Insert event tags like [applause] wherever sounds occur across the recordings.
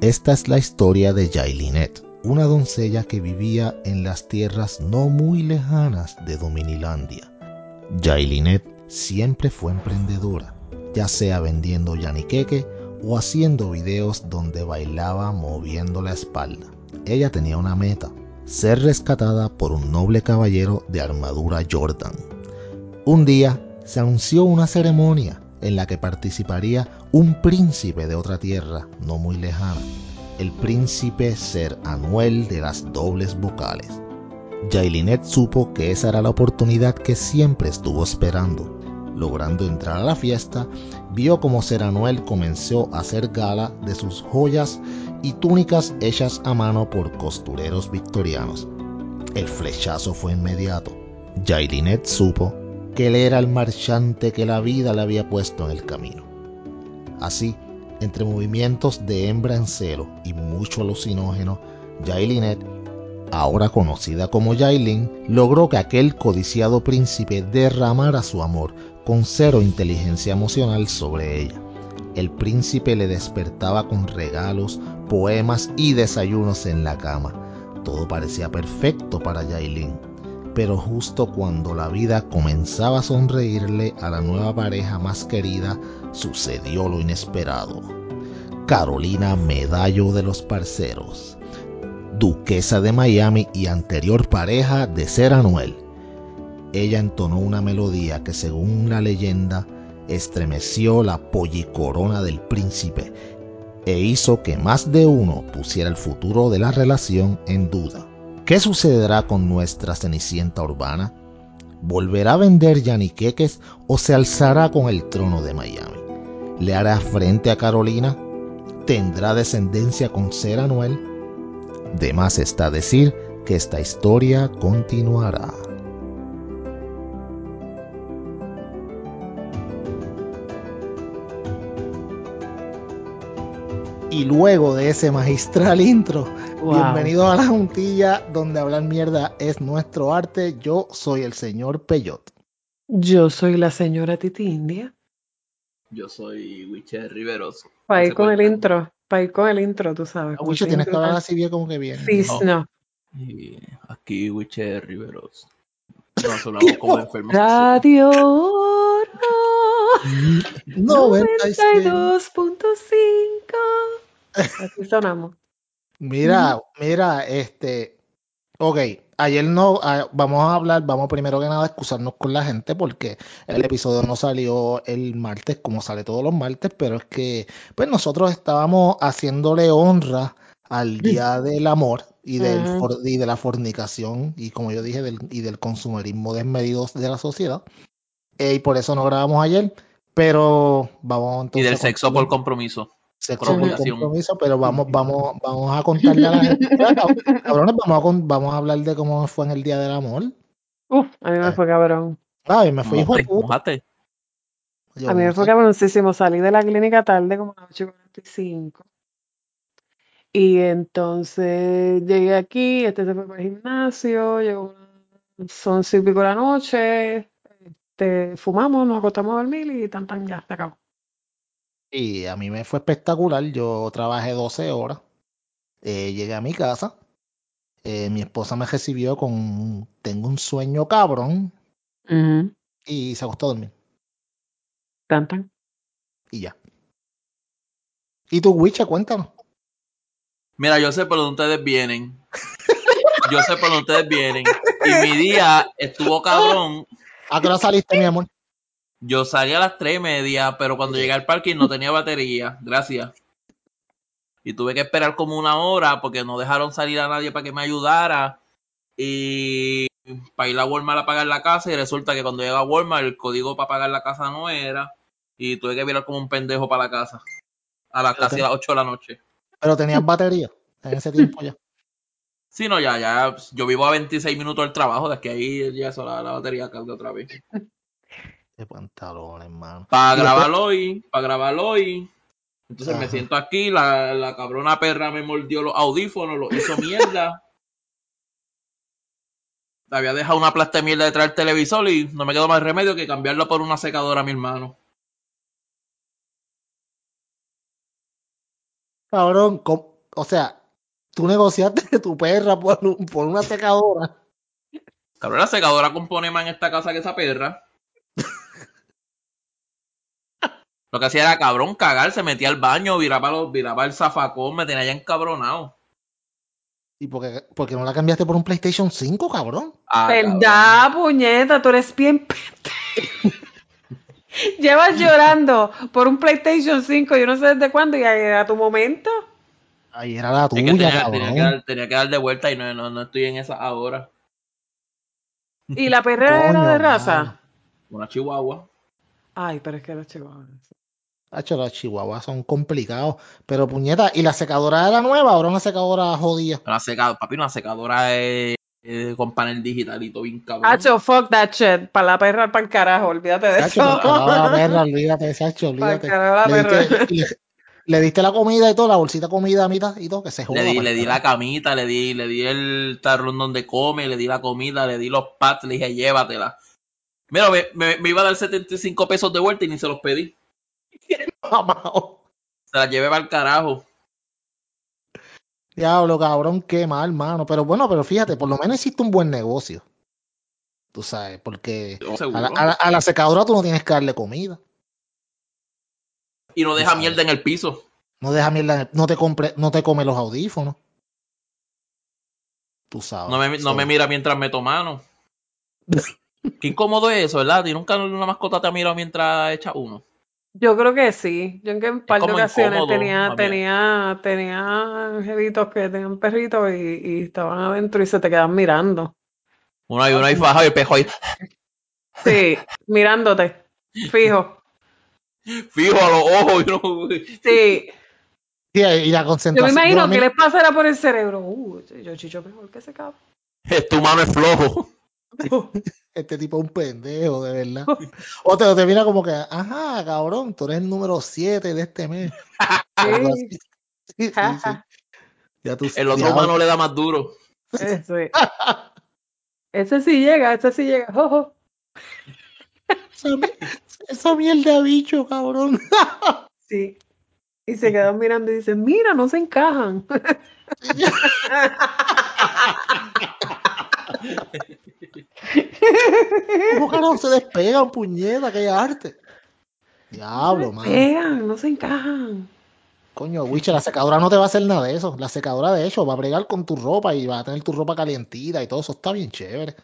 Esta es la historia de Jailinette, una doncella que vivía en las tierras no muy lejanas de Dominilandia. Jailinette siempre fue emprendedora, ya sea vendiendo yaniqueque o haciendo videos donde bailaba moviendo la espalda. Ella tenía una meta, ser rescatada por un noble caballero de armadura Jordan. Un día se anunció una ceremonia en la que participaría un príncipe de otra tierra no muy lejana, el príncipe Ser Anuel de las dobles vocales. Jailinette supo que esa era la oportunidad que siempre estuvo esperando. Logrando entrar a la fiesta, vio como Ser Anuel comenzó a hacer gala de sus joyas y túnicas hechas a mano por costureros victorianos. El flechazo fue inmediato. Jailinette supo que él era el marchante que la vida le había puesto en el camino. Así, entre movimientos de hembra en celo y mucho alucinógeno, Jailinette, ahora conocida como Jailin, logró que aquel codiciado príncipe derramara su amor con cero inteligencia emocional sobre ella. El príncipe le despertaba con regalos, poemas y desayunos en la cama. Todo parecía perfecto para Jailin pero justo cuando la vida comenzaba a sonreírle a la nueva pareja más querida, sucedió lo inesperado. Carolina Medallo de los Parceros, duquesa de Miami y anterior pareja de Ser Anuel. Ella entonó una melodía que según la leyenda estremeció la pollicorona del príncipe e hizo que más de uno pusiera el futuro de la relación en duda. ¿Qué sucederá con nuestra Cenicienta Urbana? ¿Volverá a vender yaniqueques o se alzará con el trono de Miami? ¿Le hará frente a Carolina? ¿Tendrá descendencia con Ser Anuel? De más está decir que esta historia continuará. y luego de ese magistral intro, wow. bienvenidos a la juntilla donde hablar mierda es nuestro arte. Yo soy el señor Peyot. Yo soy la señora Titi India. Yo soy Wiche Riveroso. Para ir con el intro, para ir con el intro, tú sabes. Wiche, Ah, tienes que hablar así bien como que bien. Sí, no. Y aquí Wiche Riveroso. Nos [laughs] hablamos como enfermos. Radio no. Este. 92.5 Así sonamos. Mira, mira, este. Ok, ayer no. A, vamos a hablar, vamos primero que nada a excusarnos con la gente porque el episodio no salió el martes como sale todos los martes, pero es que, pues nosotros estábamos haciéndole honra Mm. al Día del Amor y, del, uh -huh. y de la fornicación y, como yo dije, del, y del consumerismo desmedido de la sociedad. Eh, y por eso no grabamos ayer, pero vamos entonces. Y del sexo por compromiso sexo por compromiso, pero [laughs] vamos, vamos, vamos a contarle a la gente. Cabrones, vamos a, vamos a hablar de cómo fue en el Día del Amor. Uf, a mí me fue cabrón. Ah, a mí me fue hijo de puta. pues, A mí me fue cabroncísimo. Salí de la clínica tarde, como a las 8.45. Y entonces llegué aquí, este se fue para el gimnasio, llegó son once y pico de la noche, este, fumamos, nos acostamos a dormir y tan tan ya, se acabó. Y a mí me fue espectacular. Yo trabajé 12 horas. Eh, llegué a mi casa. Eh, mi esposa me recibió con tengo un sueño cabrón. Uh -huh. Y se acostó a dormir. Tan tan. Y ya. ¿Y tu Wicha? Cuéntanos. Mira, yo sé por dónde ustedes vienen. yo sé por dónde ustedes vienen. Y mi día estuvo cabrón. ¿A qué hora saliste, mi amor? Yo salí a las tres y media, pero cuando llegué al parking no tenía batería. Gracias. Y tuve que esperar como una hora porque no dejaron salir a nadie para que me ayudara. Y para ir a Walmart a pagar la casa. Y resulta que cuando llega a Walmart el código para pagar la casa no era. Y tuve que virar como un pendejo para la casa. A las casi a las 8 de la noche. Pero tenías batería en ese tiempo [laughs] ya. Sí, no, ya, ya. Yo vivo a 26 minutos del trabajo. Desde que ahí ya eso, la, la batería carga otra vez. De pantalones, hermano. Para grabarlo hoy, para grabarlo hoy. Entonces Ajá. me siento aquí, la, la, cabrona perra me mordió los audífonos, lo hizo mierda. [laughs] le había dejado una plasta de mierda detrás del televisor y no me quedó más remedio que cambiarlo por una secadora, mi hermano. Cabrón, com- o sea, tú negociaste [laughs] tu perra por, un- por una secadora. Cabrón, la secadora compone más en esta casa que esa perra. Lo que hacía era cabrón cagar, se metía al baño, viraba, los, viraba el zafacón, me tenía ya encabronado. ¿Y por qué, por qué no la cambiaste por un PlayStation 5, cabrón? Ah, cabrón. ¿Verdad, puñeta? Tú eres bien [laughs] pete. Llevas llorando por un PlayStation 5, yo no sé desde cuándo, y ahí era tu momento. Ahí era la Es tuya, que tenía, cabrón. tenía que dar, tenía que dar de vuelta y no, no, no estoy en esa ahora. ¿Y la perrera era Coño, de raza? mano. Una chihuahua. Ay, pero es que los chihuahuas. Hacho, las chihuahuas son complicados. Pero puñeta, ¿y la secadora era nueva o era una secadora jodida? Una secadora, papi, una secadora eh, eh, con panel digitalito bien cabrón. Hacho, fuck that shit. Para la perra, para el carajo, olvídate de Hacho, eso. me cagaba la [laughs] perra, olvídate, Hacho, Para olvídate. carajo la Le perra. diste, le- le diste la comida y todo, la bolsita de comida a mitad y todo, que se joda. pues, Le di, pa'l le di carajo. la camita, le di, le di el tarrón donde come, le di la comida, le di los pads, le dije llévatela. Mira, me, me- me iba a dar 75 pesos de vuelta y ni se los pedí. [laughs] Mamao. Se las llevé para el carajo. Diablo, cabrón, qué mal, mano. Pero bueno, pero fíjate, por lo menos hiciste un buen negocio. Tú sabes, porque Yo, a seguro. la, a la- a la secadora tú no tienes que darle comida. Y no deja Sabes. mierda en el piso. No deja mierda, en el- no te compre, no te come los audífonos. Tú sabes. No me, no so- me mira mientras [laughs] me tomano. Qué incómodo es eso, ¿verdad? Y nunca una mascota te ha mirado mientras echa uno. Yo creo que sí. Yo en que un par de como ocasiones incómodo, tenía, más bien. tenía, tenía angelitos que tenían perritos y, y estaban adentro y se te quedaban mirando. Uno ahí, uno ahí fajado y el pejo ahí. [laughs] Sí, mirándote. Fijo. Fijo a los ojos. y uno- Sí. Sí, y la Yo me concentración. imagino a mí- que les pasará por el cerebro. Uh, yo chicho mejor que ese cabrón. [laughs] Tu mano es flojo. Este tipo es un pendejo, de [laughs] verdad. O te, o te mira como que, ajá, cabrón, tú eres el número 7 de este mes. Algo así. [laughs] Sí. Sí, sí, Ah, sí. Ya tú El otro diablo. mano le da más duro. [laughs] Ese. Ese sí llega, ese sí llega. Ojo. Esa, mi- esa mierda, bicho, cabrón. Sí. Y se quedan mirando y dicen, mira, no se encajan. [laughs] ¿Cómo que no se despegan, puñeta? ¡Qué arte! Diablo, man. Vean, no se encajan. Coño, Witcher, la secadora no te va a hacer nada de eso. La secadora, de hecho, va a bregar con tu ropa y va a tener tu ropa calientita y todo eso. Está bien chévere.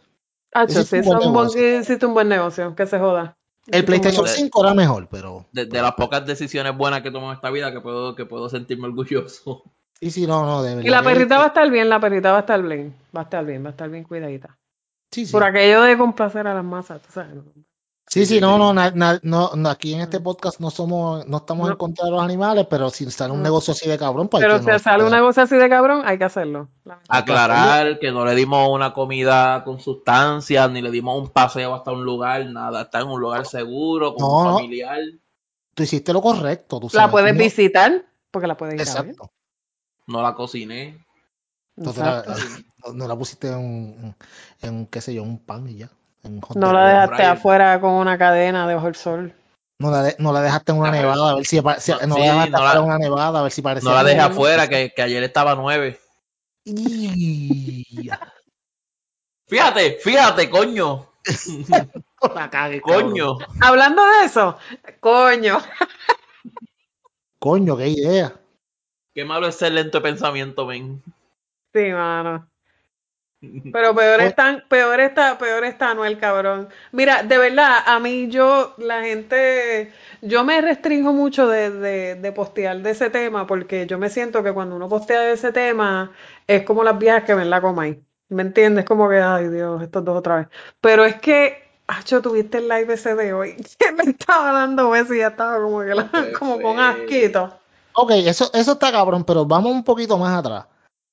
Ah, Ese sí, es un es buen un buen, negocio. hiciste un buen negocio, que se joda. El Hiciste un buen PlayStation negocio. 5 era mejor, pero. de, de las pocas decisiones buenas que tomo en esta vida que puedo, que puedo [laughs] sentirme orgulloso. Sí, sí, no, no, de verdad. Y la que- perrita va a estar bien, la perrita va a estar bien. Va a estar bien, va a estar bien cuidadita. Sí, Pues sí. Por aquello de complacer a las masas, tú sabes. ¿no? Sí, Sí, sí, sí, no, sí. no, na- na- no, no, aquí en este podcast no somos, no estamos en Mm. No. contra de los animales, pero si sale un No. negocio así de cabrón, pues hay Pero que si no- sale una cosa así de cabrón, hay que hacerlo. La- Hay que Aclarar que no le dimos una comida con sustancias, ni le dimos un paseo hasta un lugar, nada. Está en un lugar seguro, con No, un no. familiar. Tú hiciste lo correcto, tú La sabes, puedes tú no- visitar, ¿eh? porque la puedes ir a ver. Exacto. No la cociné. Entonces la- Exacto. no, no la pusiste en, un- en un, qué sé yo, un pan y ya. en un hot No dog. la dejaste Brian. afuera con una cadena debajo del sol. No la, de- no la dejaste en una Déjame ver. nevada, a ver si, apa- si- No, no la sí, dejaste no la- afuera en una nevada, a ver si parecía. No la dejé nieve. afuera, que, que ayer estaba nueve. Y- Fíjate, fíjate, coño. La cagué, cabrón. Coño. Hablando de eso, coño. [laughs] Coño, qué idea. Qué malo es ser lento de pensamiento, men. Sí, mano. Pero peor Pues- está, peor está, peor está, no el cabrón. Mira, de verdad, a mí yo, la gente, yo me restringo mucho de, de, de postear de ese tema, porque yo me siento que cuando uno postea de ese tema, es como las viejas que ven la coma ahí. ¿Me entiendes? Como que, ay Dios, estos dos otra vez. Pero es que, acho, tuviste el live ese de hoy, [laughs] que me estaba dando besos y ya estaba como que la- Qué como con feo. asquito. Ok, eso, eso está cabrón, pero vamos un poquito más atrás.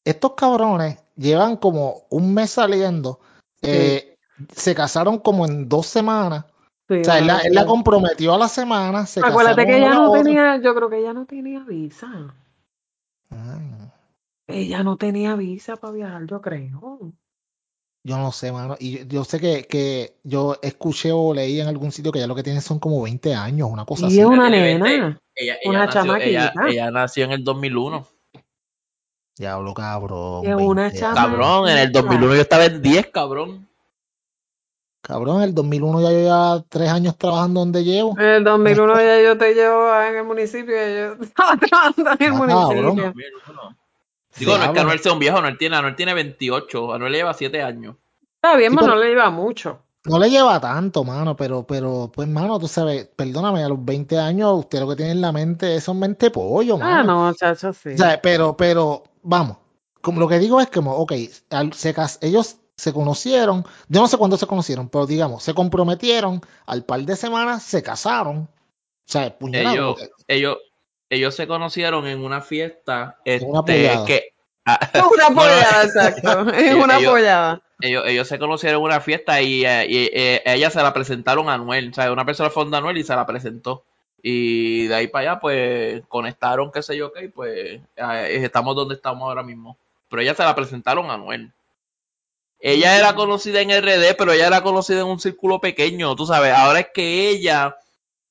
Estos cabrones llevan como un mes saliendo, eh, se casaron como en dos semanas. Sí, O sea, él una la, él la locura. comprometió a la semana, se Acuérdate casaron que ella a la no otra. tenía, yo creo que ella no tenía visa. Ah, Ella no tenía visa para viajar, yo creo. Yo no sé, mano. Y yo, yo sé que, que, yo escuché o leí en algún sitio que ya lo que tienen son como 20 años, una cosa y así. es una nena. Ella, ella Una nació, ella, chamaquita. ella nació en el 2001. Diablo, cabrón. Es una 20 chama. Cabrón, en el 2001 yo estaba en 10, cabrón. Cabrón, en el 2001 ya yo ya tres años trabajando donde llevo. En el 2001 ya yo te llevo en el municipio y yo [laughs] estaba trabajando en el Ah, municipio. cabrón. 2001. Digo, no es que Diablo. Anuel sea un viejo, Anuel tiene, Anuel tiene 28, Anuel le lleva 7 años. Está bien, Sí, pero pero- no le iba mucho. No le lleva tanto, mano, pero, pero, pues, mano, tú sabes, perdóname, a los 20 años usted lo que tiene en la mente son mente pollo, mano. Ah, no, chacho, sí. O sea, pero, pero, vamos, como lo que digo es como, ok, al- se cas- ellos se conocieron, yo no sé cuándo se conocieron, pero digamos, se comprometieron, al par de semanas se casaron. O sea, puñalado. Ellos, ellos, ellos se conocieron en una fiesta. Este, una pollada. que Es [laughs] una Bueno, [laughs] apoyada, exacto. Es ellos- una ellos- apoyada. ellos, ellos se conocieron en una fiesta y, eh, y, eh, ella se la presentaron a Anuel. O sea, una persona fue donde Anuel y se la presentó. Y de ahí para allá, pues conectaron, qué sé yo qué, y pues eh, estamos donde estamos ahora mismo. Pero ella se la presentaron a Anuel. Ella era conocida en RD, pero ella era conocida en un círculo pequeño, tú sabes. Ahora es que ella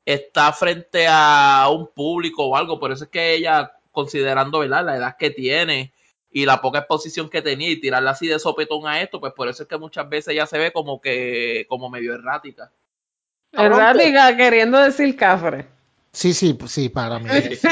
está frente a un público o algo, por eso es que ella, considerando ¿verdad? la edad que tiene y la poca exposición que tenía y tirarla así de sopetón a esto, pues por eso es que muchas veces ella se ve como que como medio errática. Cabrón, Errática, queriendo decir cafre. [laughs] Sí, sí, pues, sí, para mí. es-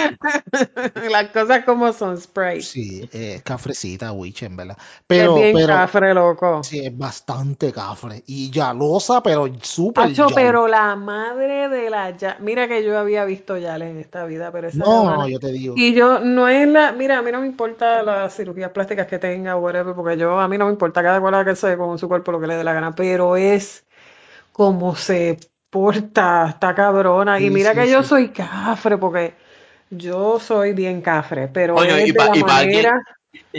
Las cosas como son, spray. Sí, es cafrecita, Witchen, ¿verdad? es Pero, bien pero, cafre, loco. sí, es bastante cafre. Y yalosa, pero súper Hacho, yal- pero la madre de la ya. Mira que yo había visto Yales en esta vida, pero esa No, hermana- no, yo te digo. Y yo no es la, mira, a mí no me importa las cirugías plásticas que tenga o whatever, porque yo, a mí no me importa cada cual haga que sea con su cuerpo lo que le dé la gana, pero es como se porta, está cabrona. Y Sí, mira sí, que yo sí. soy cafre, porque yo soy bien cafre, pero Coño, es y de pa- la y pa' alguien- manera,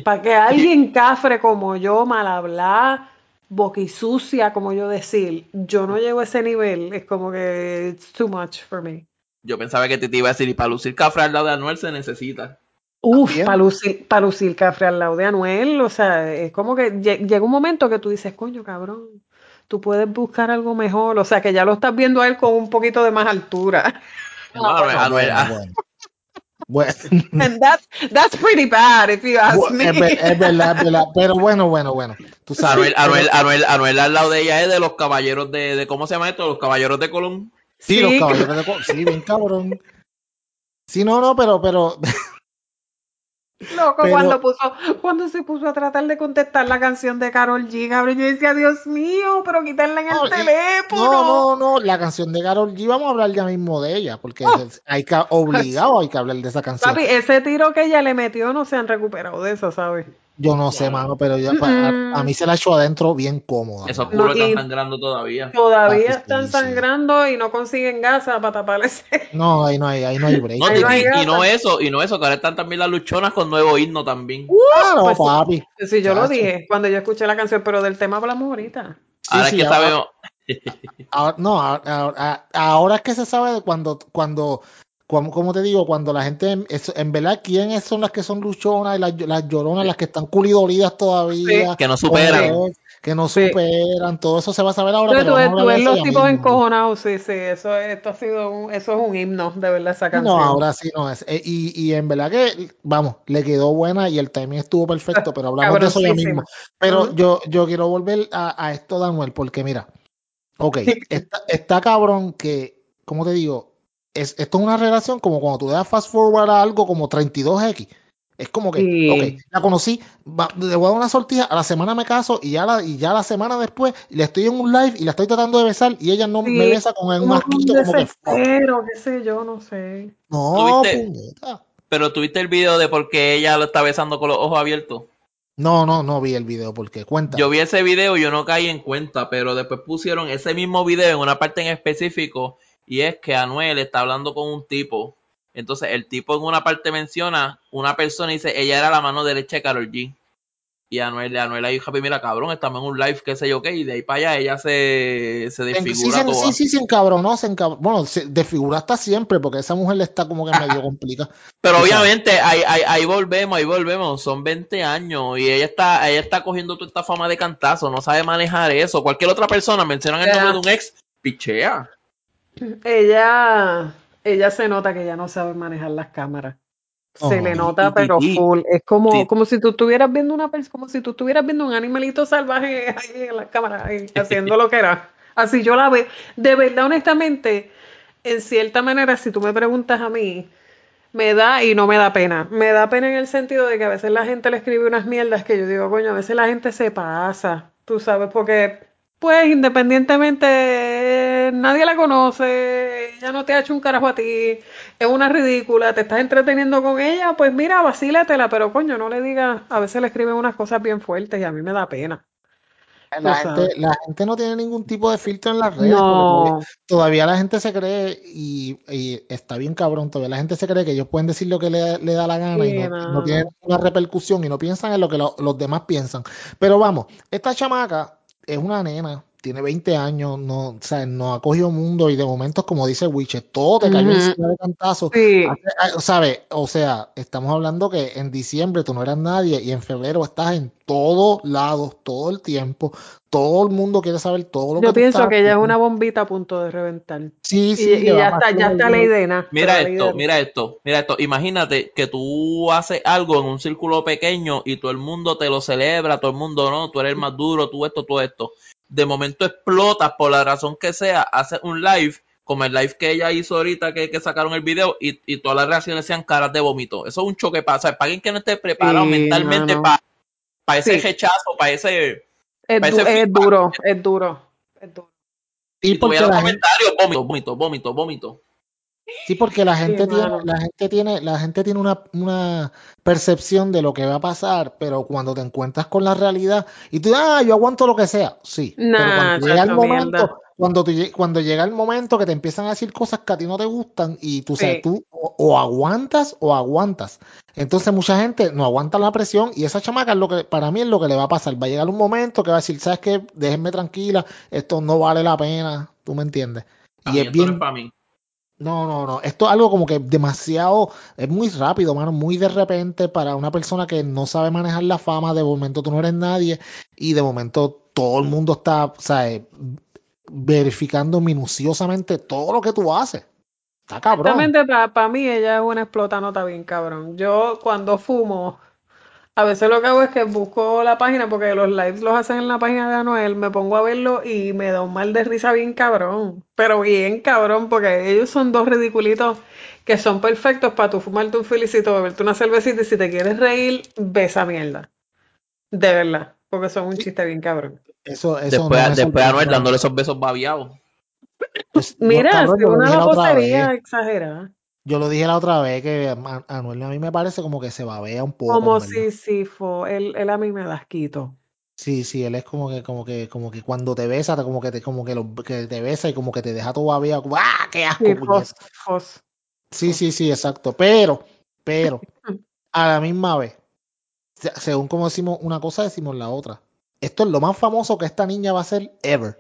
para que alguien cafre como yo, mal hablar, boquisucia, como yo decir, yo no llego a ese nivel, es como que it's too much for me. Yo pensaba que te, te iba a decir, y para lucir cafre al lado de Anuel se necesita. Uf, También. para lucir, pa' lucir cafre al lado de Anuel, o sea, es como que lle- llega un momento que tú dices, coño, cabrón, tú puedes buscar algo mejor, o sea, que ya lo estás viendo a él con un poquito de más altura. Hermano, Bueno, Anuel, bueno, ah, bueno. [laughs] Bueno, And that's, that's pretty bad, if you ask bu- me. Mm. es, ver- es verdad, es verdad. Pero bueno, bueno, bueno. Tú sabes. [laughs] Anuel, pero- Anuel, Anuel, Anuel al lado de ella es de los caballeros de, de ¿cómo se llama esto? Los caballeros de Colón. Sí, los Sí, caballeros de co- Sí, bien cabrón. Sí, no, no, pero, pero. Loco, Pero- cuando puso, cuando se puso a tratar de contestar la canción de Carol G, Gabriel, yo decía, Dios mío, pero quitarla en el No, y- teléfono. [laughs] No, no, no. La canción de Carol G, vamos a hablar ya mismo de ella, porque es- hay que obligado, hay que hablar de esa canción. Papi, ese tiro que ella le metió no se han recuperado de eso, ¿sabes? Yo no sé, mano, pero ya pa- a, a mí se la echó adentro bien cómoda. Esos mano. culos No, y- están sangrando todavía. Todavía Papi, están sí, sí. sangrando y no consiguen gasa para tapar ese. [laughs] No, ahí no hay, ahí no hay break. No, Ahí y- va, y, y gata. no eso, y no eso, que ahora están también las luchonas con nuevo himno también. Ah, no, Pues sí. papi. Sí, Sí, yo lo Chacho. dije cuando yo escuché la canción, pero del tema hablamos ahorita. ahora es sí, que ahora- sabemos, Ahora, no, ahora, ahora- ahora es que se sabe de cuando, cuando, cuando, ¿cómo te digo? Cuando la gente, en, es- en verdad, ¿quiénes son las que son luchonas y las, las lloronas, las que están culidolidas todavía? que no superan. con- Que no Sí. superan, todo eso se va a saber ahora. Tú, pero tú- vamos a tú hablar ves de eso los ya tipos mismo. encojonados, sí, sí, eso, esto ha sido un, eso es un himno, de verdad, esa No, canción. ahora sí no es. Eh, Y, y en verdad que, vamos, le quedó buena y el timing estuvo perfecto, pero hablamos de eso ya mismo. Cabroncísima. Pero Ujú. yo, yo quiero volver a, a esto, Daniel, porque mira, ok, está, está cabrón que, ¿cómo te digo? Es, esto es una relación como cuando tú le das fast forward a algo como 32X. Es como que, Sí. ok, la conocí, va- le voy a dar una sortija, a la semana me caso y ya la, y ya la semana después le estoy en un live y la estoy tratando de besar y ella no me Sí, besa con un Como un masquito como que, fuck, desespero, qué sé yo, no sé. no, ¿Tuviste? puñeta. Pero tuviste el video de por qué ella lo está besando con los ojos abiertos. No, no, no vi el video porque cuenta. Yo vi ese video y yo no caí en cuenta, pero después pusieron ese mismo video en una parte en específico y es que Anuel está hablando con un tipo. Entonces el tipo en una parte menciona una persona y dice, ella era la mano derecha de Karol G. Y Anuel, Anuel ahí, Happy, mira, cabrón, estamos en un live, qué sé yo qué, y de ahí para allá ella se, se Sí, desfigura se, toda. sí, sí, se encabronó, se encabronó. Bueno, se desfigura hasta siempre porque esa mujer le está como que medio complicada. Pero O sea- obviamente, ahí, ahí, ahí volvemos, ahí volvemos, son 20 años y ella está, ella está cogiendo toda esta fama de cantazo, no sabe manejar eso. Cualquier otra persona mencionan el Ya. nombre de un ex, pichea. Ella, ella se nota que ya no sabe manejar las cámaras. Se Oh. le Y- nota, y- pero y- full. Es como, sí. como si tú estuvieras viendo una pers- como si tú estuvieras viendo un animalito salvaje [laughs] ahí en las cámaras, ahí, haciendo lo que era. Así yo la veo. De verdad, honestamente, en cierta manera, si tú me preguntas a mí, me da y no me da pena. Me da pena en el sentido de que a veces la gente le escribe unas mierdas que yo digo, coño, a veces la gente se pasa, tú sabes, porque pues independientemente eh, nadie la conoce, ella no te ha hecho un carajo a ti, es una ridícula, te estás entreteniendo con ella, pues mira, vacílatela, pero coño, no le digas, a veces le escriben unas cosas bien fuertes y a mí me da pena. La Tú gente, sabes. la gente no tiene ningún tipo de filtro en las redes porque todavía, No, todavía la gente se cree y, y está bien cabrón, todavía la gente se cree que ellos pueden decir lo que le, le da la gana y sí, no, no no, tienen no. una repercusión y no piensan en lo que lo- los demás piensan. Pero vamos, esta chamaca es una nena, tiene 20 años, no, o sea, no ha cogido mundo y de momentos, como dice Wiche, todo te cayó Ujú. encima de cantazo. Sí, Hace- a- ¿Sabes? O sea, estamos hablando que en diciembre tú no eras nadie y en febrero estás en todos lados, todo el tiempo. Todo el mundo quiere saber todo lo que yo tú pienso estás que ella es una haciendo. bombita a punto de reventar. Sí, Y, sí, le y va ya más está, ya está la idea, Mira esto, mira esto, mira esto. Imagínate que tú haces algo en un círculo pequeño y todo el mundo te lo celebra, todo el mundo no, tú eres el más duro, tú esto, tú esto. De momento explotas por la razón que sea, haces un live, como el live que ella hizo ahorita que, que sacaron el video, y, y todas las reacciones sean caras de vómito. Eso es un choque para, o sea, para alguien que no esté preparado Sí, mentalmente mano. para, para ese Sí. rechazo, para ese. Es, Parece du- es feedback. duro, es duro, es duro. Sí, Y tú porque veías los la gente, comentarios, vómito, vómito, vómito, vómito. sí, porque la Sí, gente tiene, mano. la gente tiene, la gente tiene una, una percepción de lo que va a pasar, pero cuando te encuentras con la realidad y tú, ah, yo aguanto lo que sea, sí, pero cuando Nah, llega el chacho, mierda. momento, cuando tú lle- cuando llega el momento que te empiezan a decir cosas que a ti no te gustan y tú sabes, Sí, tú o, o aguantas o aguantas. Entonces mucha gente no aguanta la presión y esa chamaca es lo que para mí es lo que le va a pasar. Va a llegar un momento que va a decir, ¿sabes qué? Déjenme tranquila, esto no vale la pena, tú me entiendes. A Y mí es esto no es bien, para mí. no, no, no. Esto es algo como que demasiado, es muy rápido, mano, muy de repente para una persona que no sabe manejar la fama. De momento tú no eres nadie y de momento todo el mundo está, o sea, eh, verificando minuciosamente todo lo que tú haces. Está cabrón. honestamente para mí ella es una explotanota bien cabrón. Yo cuando fumo, a veces lo que hago es que busco la página, porque los lives los hacen en la página de Anuel, me pongo a verlo y me da un mal de risa bien cabrón, pero bien cabrón, porque ellos son dos ridiculitos que son perfectos para tú fumarte un filicito, beberte una cervecita y si te quieres reír, ve esa mierda. De verdad, porque son un Sí, chiste bien cabrón. Eso, eso no me Después, después sorprende. Anuel mano. dándole esos besos babiados. Pues, lo- [laughs] Mira, cabrón, si yo lo una dije la otra vez. locosería exagerada. Yo lo dije la otra vez que a Anuel a mí me parece como que se babea un poco, en Como verdad. Sísifo, él, él a mí me da asquito. Sí, sí, él es como que, como que, como que cuando te besa, te- como que te, como que, lo- que te besa y como que te deja todo babeado, como, ¡ah, qué asco, Sí, puñeta! fos, fos, Sí, fos. sí, sí, exacto. Pero, [laughs] pero, a la misma vez, se- según como decimos una cosa, decimos la otra. Esto es lo más famoso que esta niña va a ser ever.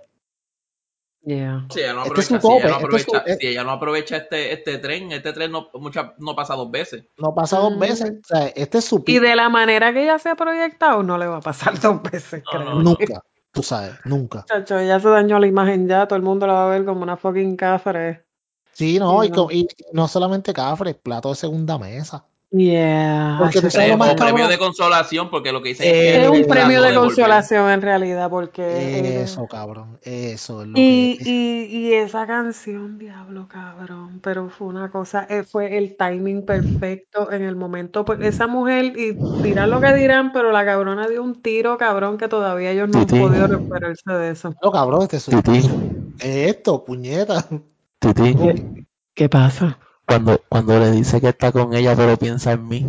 Yeah. Si ella no Este es su aprovecha, si ella tope, no este es su, aprovecha, eh, si ella no aprovecha este, este tren, este tren no, mucha- no pasa dos veces. no pasa dos veces. Mm. O sea, este es su Y pick. de la manera que ella se ha proyectado, no le va a pasar [laughs] dos veces, No, no, créeme. no. Nunca, tú sabes, nunca. Chacho, ya se dañó la imagen ya, todo el mundo la va a ver como una fucking cafre. [laughs] Sí, no, You y, co- know. y no solamente cafre, plato de segunda mesa. Yeah, Porque tú sabes Pre- lo más o premio cabrón. de consolación, porque lo que dicen es que Es el un Eh, premio rechazo de de volver. consolación en realidad, porque ella... Eso, cabrón, eso es lo que... Eh, Y, y, y esa canción, diablo cabrón, pero fue una cosa, eh, fue el timing perfecto en el momento. Pues esa mujer, y dirán lo que dirán, pero la cabrona dio un tiro cabrón que todavía ellos no han Titi, podido recuperarse de eso. Lo cabrón, este es su, Titi, su- esto, puñeta. [laughs] Titi, Como ¿Qué, que- qué pasa? cuando, cuando le dice que está con ella pero piensa en mí.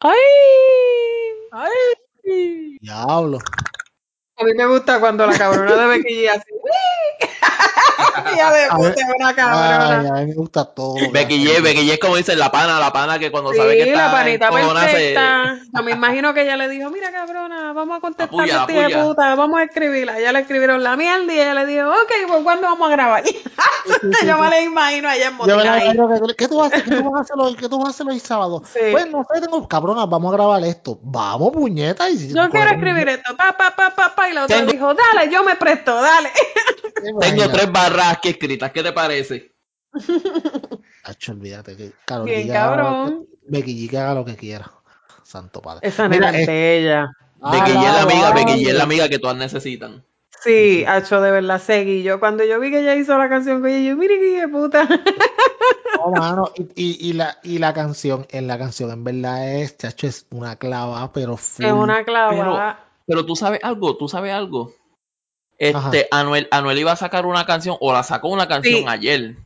¡Ay! ¡Ay! Diablo. A mí me gusta cuando la cabrona de Becky G hace, "Uy". [laughs] Tía de puta, una Ay, cabrona. a mí me gusta todo. lo que Becky hace. G, Becky G es como dicen, la pana, la pana que cuando sabe que Sí, está la panita encojonada, se- perfecta. Yo me imagino que ella le dijo, mira cabrona, vamos a contestar Apuya, a tía de apuya. puta, vamos a escribirla. Ya le escribieron la mierda y ella le dijo, ok, pues ¿cuándo vamos a grabar? [laughs] Yo me la imagino a ella en Yo me la motina ahí. imagino que tú le- ¿Qué tú vas a hacer? ¿Qué tú vas a hacer hoy? ¿Qué tú vas a hacer hoy sábado? Sí. Pues no sé, tengo cabronas, vamos a grabar esto. Vamos, puñeta. Y, Yo quiero escribir esto, pa, pa, pa, pa, pa, y la otra Tengo- dijo, dale, yo me presto, dale. pues, Tengo tres barras aquí escritas, ¿qué te parece? Tacho, olvídate que Carol Bien, G haga lo cabrón. que- Becky G que haga lo que quiera. Santo padre. Esa Mira, nena es eh, Ah, bella. Becky G es la amiga, alabado. Becky G es la amiga que todas necesitan. Sí, Hacho, de verdad, seguí. Yo cuando yo vi que ella hizo la canción con ella, yo, mire qué hija de puta. [laughs] No, mano, y, y- y la, y la canción, en la canción en verdad es, chacho, es una clava, pero full. Es una clavada. Pero tú sabes algo, tú sabes algo. Ajá. Este, Anuel, Anuel iba a sacar una canción, o la sacó una canción Sí. ayer.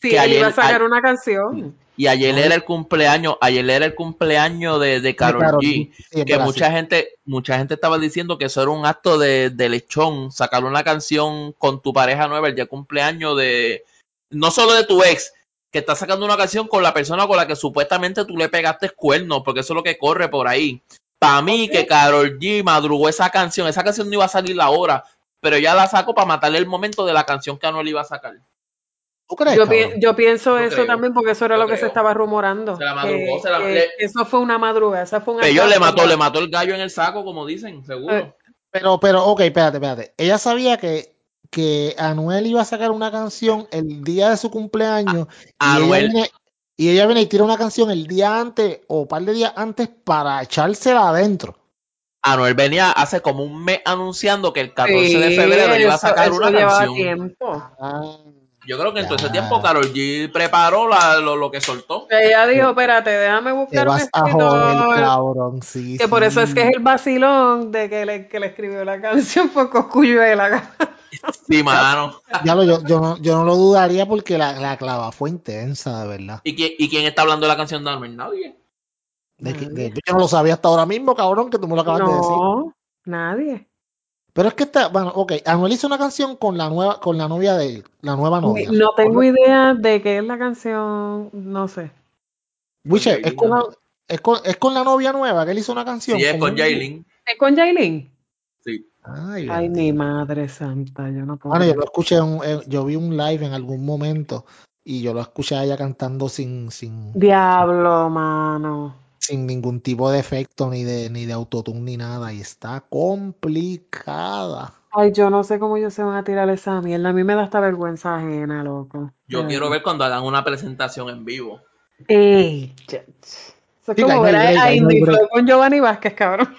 Sí, que él iba a ayer- sacar ayer- una canción. Y ayer Ay. era el cumpleaños, ayer era el cumpleaños de, de Karol Karol G. G, sí, en que verdad, mucha sí. gente, mucha gente estaba diciendo que eso era un acto de, de lechón, sacar una canción con tu pareja nueva el día de cumpleaños de no solo de tu ex, que está sacando una canción con la persona con la que supuestamente tú le pegaste cuernos, porque eso es lo que corre por ahí. Para mí que Carol G madrugó esa canción, esa canción no iba a salir la hora, pero ya la saco para matarle el momento de la canción que Anuel iba a sacar. ¿Tú crees, Yo, cabrón? pi- yo pienso Yo eso creo. también porque eso era Yo lo que se creo. estaba rumorando. Se la madrugó, que- se la- que- le- que Eso fue una madrugada, esa fue una... Pero yo le mató, le mató el gallo en el saco, como dicen, seguro. Pero, pero, ok, espérate, espérate. Ella sabía que, que Anuel iba a sacar una canción el día de su cumpleaños. y, ella Anuel. viene, y ella viene y tira una canción el día antes o un par de días antes para echársela adentro. Anuel venía hace como un mes anunciando que el 14 Sí, de febrero le iba a eso- sacar eso una llevaba canción. tiempo. Ah, Yo creo que en todo ese Ya. tiempo Carol G preparó la- lo, lo que soltó. Ella dijo, espérate, déjame te buscar un vas a joder, escritor. cabrón. Sí, Que por eso es que es sí. el vacilón de que le, que le escribió la [laughs] canción por Coscuyuela. Sí, mano. Ya lo, yo, yo, no, yo no lo dudaría porque la, la clava fue intensa, de verdad. ¿Y quién, ¿Y quién está hablando de la canción de Anuel? Nadie. De que- Nadie. de- yo no lo sabía hasta ahora mismo, cabrón, que tú me lo acabas de decir. No, nadie. Pero es que está, bueno, ok, Anuel hizo una canción con la nueva, con la novia de él, la nueva novia. Ni- No tengo idea de qué es la canción, no sé. Wiche, Con es con, Yailin. la, es, con, es con la novia nueva que él hizo una canción. Sí, es con un- Jaylin. ¿Es con Jailin? Sí. Ay, Ay, bendito. mi madre santa, yo no puedo. Bueno, yo lo escuché, en un- en- yo vi un live en algún momento y yo lo escuché a ella cantando sin, sin, Diablo, mano. sin ningún tipo de efecto, ni de, ni de autotune, ni nada. Y está complicada. Ay, yo no sé cómo ellos se van a tirar esa mierda. A mí me da esta vergüenza ajena, loco. Yo quiero ver cuando hagan una presentación en vivo. Ey, ya- Eso es Sí, que ahí como no hay ver break, a- a ahí no hay Indie break. Flow con Giovanni Vázquez, cabrón.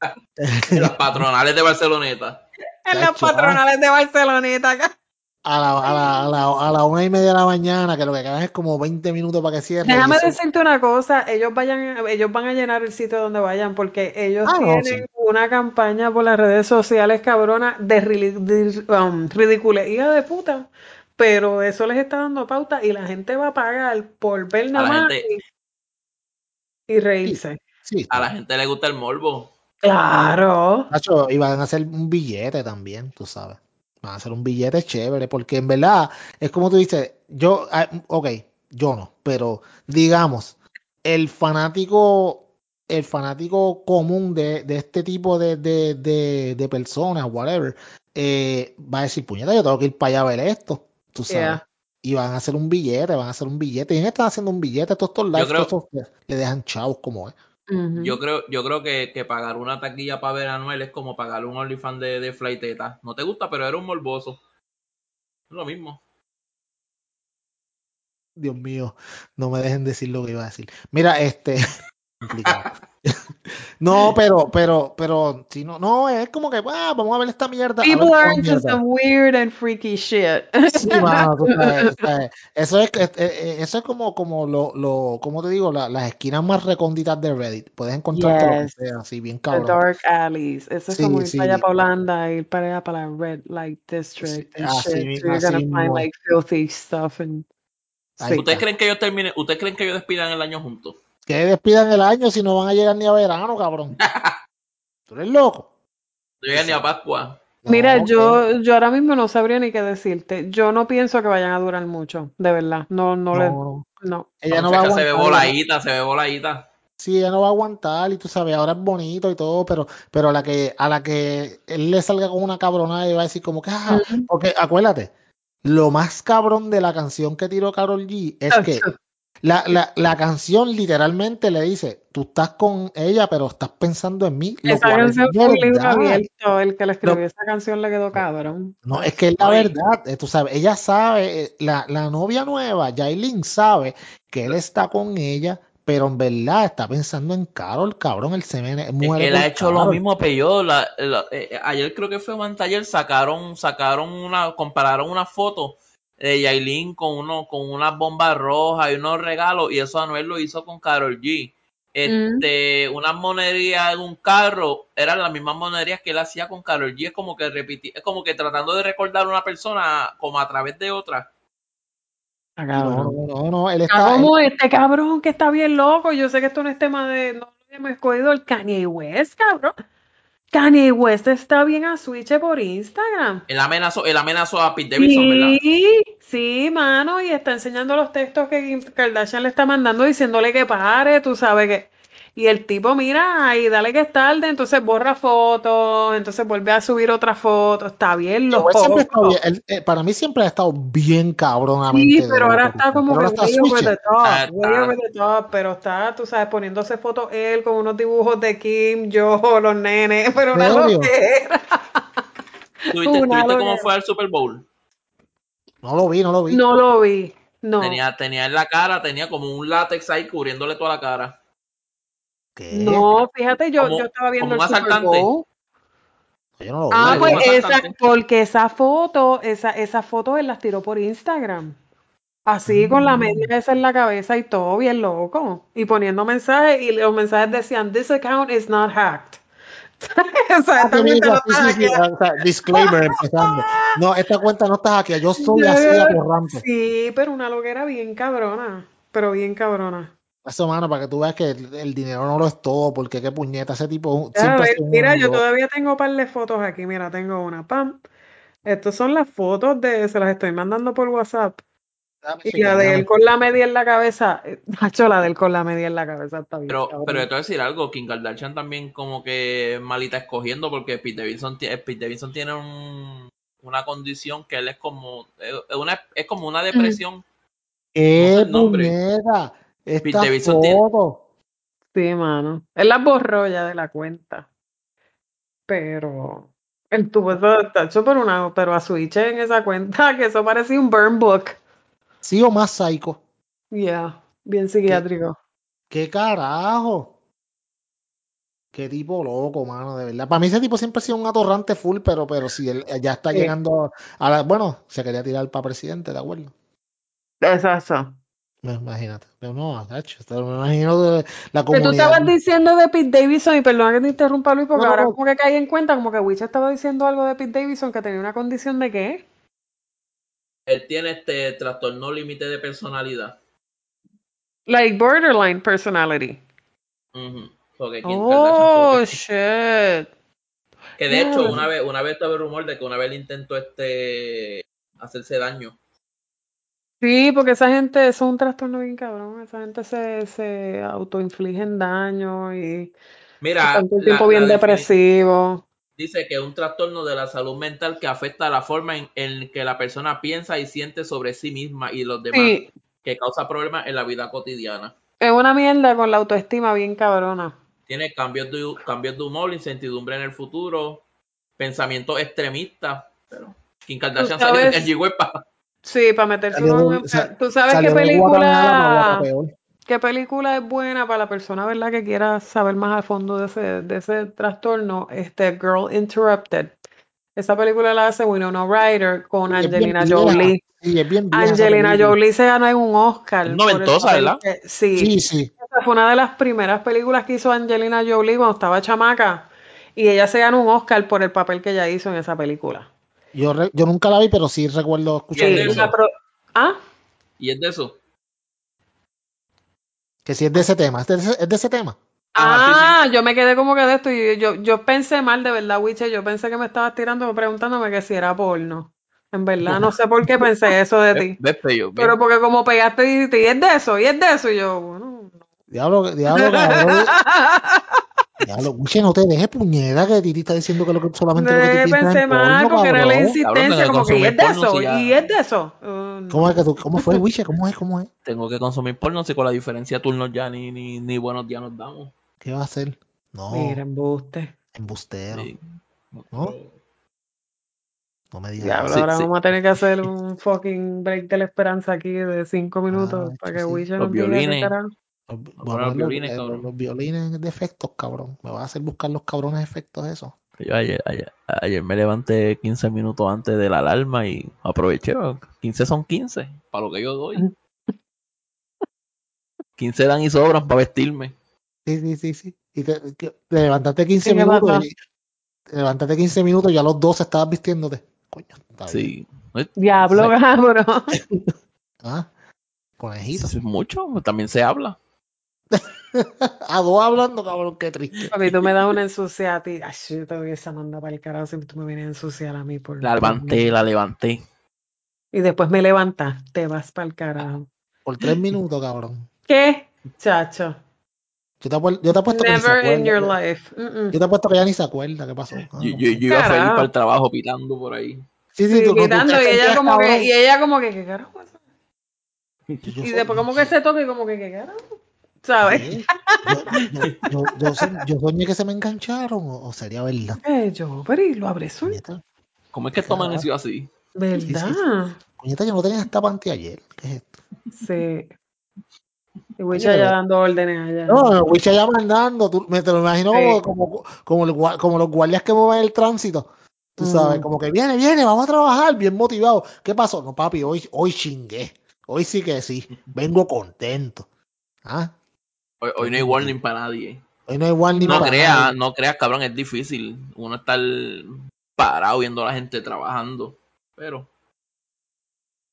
[laughs] En las patronales de Barceloneta. En las Chacho, ah. patronales de Barceloneta, acá. A la, a la, a la, a la una y media de la mañana, que lo que quedan es como 20 minutos para que cierre. y Déjame eso- decirte una cosa, ellos vayan, ellos van a llenar el sitio donde vayan, porque ellos Ah, no, sí. tienen una campaña por las redes sociales cabrona de, rili- de um, ridiculería de puta, pero eso les está dando pauta y la gente va a pagar por ver nada la más gente- y, y reírse. sí, A la gente le gusta el morbo. Claro. Nacho, y van a hacer un billete también, tú sabes. Van a hacer un billete chévere, porque en verdad es como tú dices, yo, ah, ok, yo no, pero digamos, el fanático, el fanático común de, de este tipo de, de, de, de personas, whatever, eh, va a decir, puñeta, yo tengo que ir para allá a ver esto, tú sabes. Yeah. Y van a hacer un billete, van a hacer un billete. Y están haciendo un billete, todos estos lives, creo- todos estos- le dejan chavos como es. Ujú. Yo creo, yo creo que, que pagar una taquilla para ver a Anuel es como pagar un OnlyFans de, de Flaiteta. No te gusta, pero era un morboso. Es lo mismo. Dios mío, no me dejen decir lo que iba a decir. Mira, este. [laughs] complicado. [laughs] no, pero, pero, pero, si no, no, es como que, ah, vamos a ver esta mierda. a ver People esta are into mierda. some weird and freaky shit. Sí, mano, tú sabes, tú sabes. Eso es, eh, eh, eso es como, como lo, lo, como te digo, La- las esquinas más recónditas de Reddit. Puedes encontrarte lo que Yes. sea, así bien The cabrón. Dark Alleys. Eso es Sí, como ir para allá sí. para Holanda, ir para allá para la Red Light District and así shit. mi- So you're gonna así find mismo. like filthy stuff and Ahí sick. ¿Ustedes está. creen que ellos terminen, ustedes creen que ellos despidan el año juntos? Que despidan el año si [laughs] no van a llegar ni a verano, cabrón. Tú eres loco. No llegan ni a Pascua. Mira, ok. yo, yo ahora mismo no sabría ni qué decirte. Yo no pienso que vayan a durar mucho, de verdad. No, no, le, No, no. ella no va a muchacha se ve aguantar. voladita, se ve voladita. Sí, ella no va a aguantar y tú sabes, ahora es bonito y todo, pero, pero a la que, a la que él le salga con una cabronada y va a decir como que, Mm. ah, porque acuérdate, lo más cabrón de la canción que tiró Carol G es que [laughs] la, la, la canción literalmente le dice, tú estás con ella, pero estás pensando en mí, lo Esa cual es canción fue un libro verdad. abierto. El que le escribió esa canción le quedó cabrón. No, es que es la Ay. verdad, eh, tú sabes, ella sabe, eh, la, la novia nueva, Jailin sabe que él está con ella, pero en verdad está pensando en Carol, cabrón, el semen es Es muere que él ha por hecho lo Karol. mismo, pero yo, la- la- eh, ayer creo que fue en taller, sacaron, sacaron una, compararon una foto de Yailin con uno, con unas bombas rojas y unos regalos, y eso Anuel lo hizo con Carol G. Mm. Este, unas monerías en un carro, eran las mismas monerías que él hacía con Carol G, es como que repiti- es como que tratando de recordar a una persona como a través de otra. Está No, cabrón. no, no, no, él está. él- ¿Cómo este cabrón que está bien loco? Yo sé que esto no es tema de. No lo habíamos escogido el Kanye West, cabrón. Kanye West está bien a switch por Instagram. Él amenazó, él amenazó a Pete Davidson, ¿verdad? Sí, sí, mano, y está enseñando los textos que Kim Kardashian le está mandando diciéndole que pare, tú sabes que. Y el tipo, mira, ahí dale que es tarde, entonces borra fotos, entonces vuelve a subir otra foto, está Kanye bien los West siempre ha estado pocos. bien, él, eh, para mí siempre ha estado bien cabronamente. Sí, pero de ahora loco, está como pero que ahora está way over switching. the top, Ah, way está. over the top, pero está, tú sabes, poniéndose fotos él con unos dibujos de Kim, yo, [laughs] los nenes, pero una Serio. loquera. ¿Tuviste, Una tuviste cómo loquera. fue al Super Bowl? No lo vi, no lo vi. No lo vi, no. Tenía, tenía en la cara, tenía como un látex ahí cubriéndole toda la cara. ¿Qué? No, fíjate, yo, Como- yo estaba viendo como el un Super asaltante. Bowl. Yo no lo vi. Ah, Dale, pues un esa, asaltante. porque esa foto, esa, esa foto él las tiró por Instagram. Así con la Mm. media esa en la cabeza y todo bien loco. Y poniendo mensajes, y los mensajes decían, This account is not hacked. [laughs] o Ah, sea, qué esta cuenta mierda, no sí, está sí, sí, hackeada. o sea, disclaimer empezando. No, esta cuenta no está aquí, yo soy así [laughs] [laughs] atorrante. Sí, pero una loquera bien cabrona. Pero bien cabrona. Eso, mano, para que tú veas que el, el dinero no lo es todo, porque qué puñeta, ese tipo un- Ya, siempre ha a ver, sido un mira, yo loco. todavía tengo un par de fotos aquí. Mira, tengo una. Pam. Estas son las fotos de, se las estoy mandando por WhatsApp. Dame Y la chequear, de dame. él con la media en la cabeza, eh, [laughs] Nacho, la de él con la media en la cabeza está bien. Pero, cabrón. pero yo te voy a decir algo, Kim Kardashian también como que malita escogiendo porque Pete Davidson, ti- eh, Pete Davidson tiene un- una condición que él es como, eh, es una, es como una depresión. no sé ¡Qué el nombre. puñeta! Esta Pete Davidson tiene- foto. Sí, mano. Él las borró ya de la cuenta. Pero él tuvo eso, Tacho, por una, pero a Switch en esa cuenta, [laughs] que eso parecía un burn book. Sí o más psycho. Ya, bien psiquiátrico. ¿Qué carajo? Qué tipo loco, mano, de verdad. Para mí ese tipo siempre ha sido un atorrante full, pero, pero si él ya está Sí. llegando a la... Bueno, se quería tirar para presidente, ¿de acuerdo? Exacto. Me- Imagínate. Pero no, tacho, esto me imagino de la Que tú comunidad. estabas diciendo de Pete Davidson, y perdona que te interrumpa, Luis, porque No, no, ahora no. como que caí en cuenta, como que Witch estaba diciendo algo de Pete Davidson que tenía una condición de qué. Él tiene este trastorno límite de personalidad. Like borderline personality. Ujú. Porque Kim Kardashian como Oh, que- shit. Que de hecho, Diablo. una vez, una vez estaba el rumor de que una vez él intentó este hacerse daño. Sí, porque esa gente, eso es un trastorno bien cabrón. Esa gente se, se autoinfligen daño y Mira, están todo el la- tiempo la bien defini- depresivo. dice que es un trastorno de la salud mental que afecta a la forma en, en que la persona piensa y siente sobre sí misma y los demás, Sí, que causa problemas en la vida cotidiana. es una mierda con la autoestima bien cabrona. Tiene cambios de, cambios de humor, incertidumbre en el futuro, pensamientos extremistas. Pero Kim Kardashian salió de sabes- Kanye West pa- Sí, para meterse Salió uno en de- un- sa- ¿Tú sabes qué Salió de Guatemala para película, Guatapeor. qué película es buena para la persona, ¿verdad? Que quiera saber más a fondo de ese, de ese trastorno. Este, Girl Interrupted. Esa película la hace Winona Ryder con Y es bien Angelina vieja. Jolie. Sí, es bien vieja esa Angelina película. Jolie se ganó un Oscar Es por esa noventosa, ¿verdad? película. Sí, Sí, sí. esa fue una de las primeras películas que hizo Angelina Jolie cuando estaba chamaca y ella se ganó un Oscar por el papel que ella hizo en esa película. Yo, re- yo nunca la vi, pero sí recuerdo escuchar ¿Y Sí, es de de eso? la pro- Ah, y es de eso. Que sí es de ese tema. Es de ese, es de ese tema. Ah, yo me quedé como que de esto y yo, yo pensé mal, de verdad, Wiche. Yo pensé que me estabas tirando, preguntándome que si era porno. En verdad, no sé por [laughs] qué pensé eso de Eh, ti. Ves, Pello, ves. Pero porque como pegaste y dijiste, y es de eso, y es de eso, y yo, bueno. Diablo, [laughs] diablo, cabrón. Diablo, Wiche, no te dejes puñeda que Titi está diciendo que lo que solamente lo que tú Me piensas eh, pensé es mal porno, porque era la cabrón. Cabrón, insistencia, que como que y es de consumir porno, eso, si ya- y es de eso. Uh, no. ¿Cómo, es que tú- ¿Cómo fue, Wiche? ¿Cómo es? ¿Cómo es? Tengo que consumir porno, si con la diferencia de turnos ya ni, ni, ni buenos días nos damos. ¿Qué va a hacer? No, Mira, embuste. embustero. Sí. ¿No? No me digas Diablo, eso. Sí, ahora sí. vamos a tener [laughs] que hacer un fucking break de la esperanza aquí de cinco minutos Ah, eso para que sí. Wiche Los nos diga qué violines. carajo. Los, voy a poner los poner los- violines, eh, cabrón. los violines de efectos, cabrón. Me vas a hacer buscar los cabrones efectos esos. Yo ayer, ayer, ayer me levanté 15 minutos antes de la alarma y aproveché. ¿no? 15 son 15, para lo que [laughs] yo doy. 15 dan y sobran para vestirme. Sí, sí, sí, sí. Y te, que- te levantaste 15 ¿Y qué minutos pasó? y te levantaste 15 minutos y a los 12 estabas vistiéndote. Coño, está bien. Sí. Ay, Diablo, Sí. cabrón. Ah, conejito. [laughs] Eso es mucho, también se habla. A dos hablando, cabrón, qué triste. Papi, tú me das una ensuciada a ti. Ay, yo te doy esa manda para el carajo si tú me vienes a ensuciar a mí por La por levanté, mí. la levanté. Y después me levantas, te vas para el carajo. Por tres minutos, cabrón. ¿Qué? Chacho. Yo te, apuer- yo te apuesto que ni Pues, se Never in your acuerda. life. Mm-mm. Yo te apuesto que ya ni se acuerda qué pasó. Ah, Yo, no. yo- yo iba Carajo. feliz para el trabajo pitando por ahí. Sí, sí, Sí, tú, no, tú gritando, te y ella sentías, como que, cabrón. y ella como que, ¿qué carajo? es eso? Yo- yo Y soy- después como que se toca y como que, ¿qué carajo? ¿Sabes? ¿Qué? Yo, yo, yo, yo so- yo soñé que se me engancharon o, o sería verdad. Eh, yo, pero y lo habré soñado, Puñeta, ¿Cómo es que esto Carajo. amaneció así? sí, sí. ¿verdad? puñeta, yo no tenía esta panty ayer. ¿Qué es esto? [laughs] Sí. Y voy Oye, ya pero- dando órdenes allá. No, el Wicha ya mandando, tú- me te lo imagino como, Sí. como, como el gua- como los guardias que mueven el tránsito. Tú sabes, Mm. como que viene, viene, vamos a trabajar, bien motivado. ¿Qué pasó? No, papi, hoy, hoy chingué. Hoy sí que sí. Vengo contento. ¿Ah? Hoy, hoy no hay warning para nadie. Hoy no hay warning No para creas, nadie. no creas, cabrón, es difícil. Uno estar parado viendo a la gente trabajando. Pero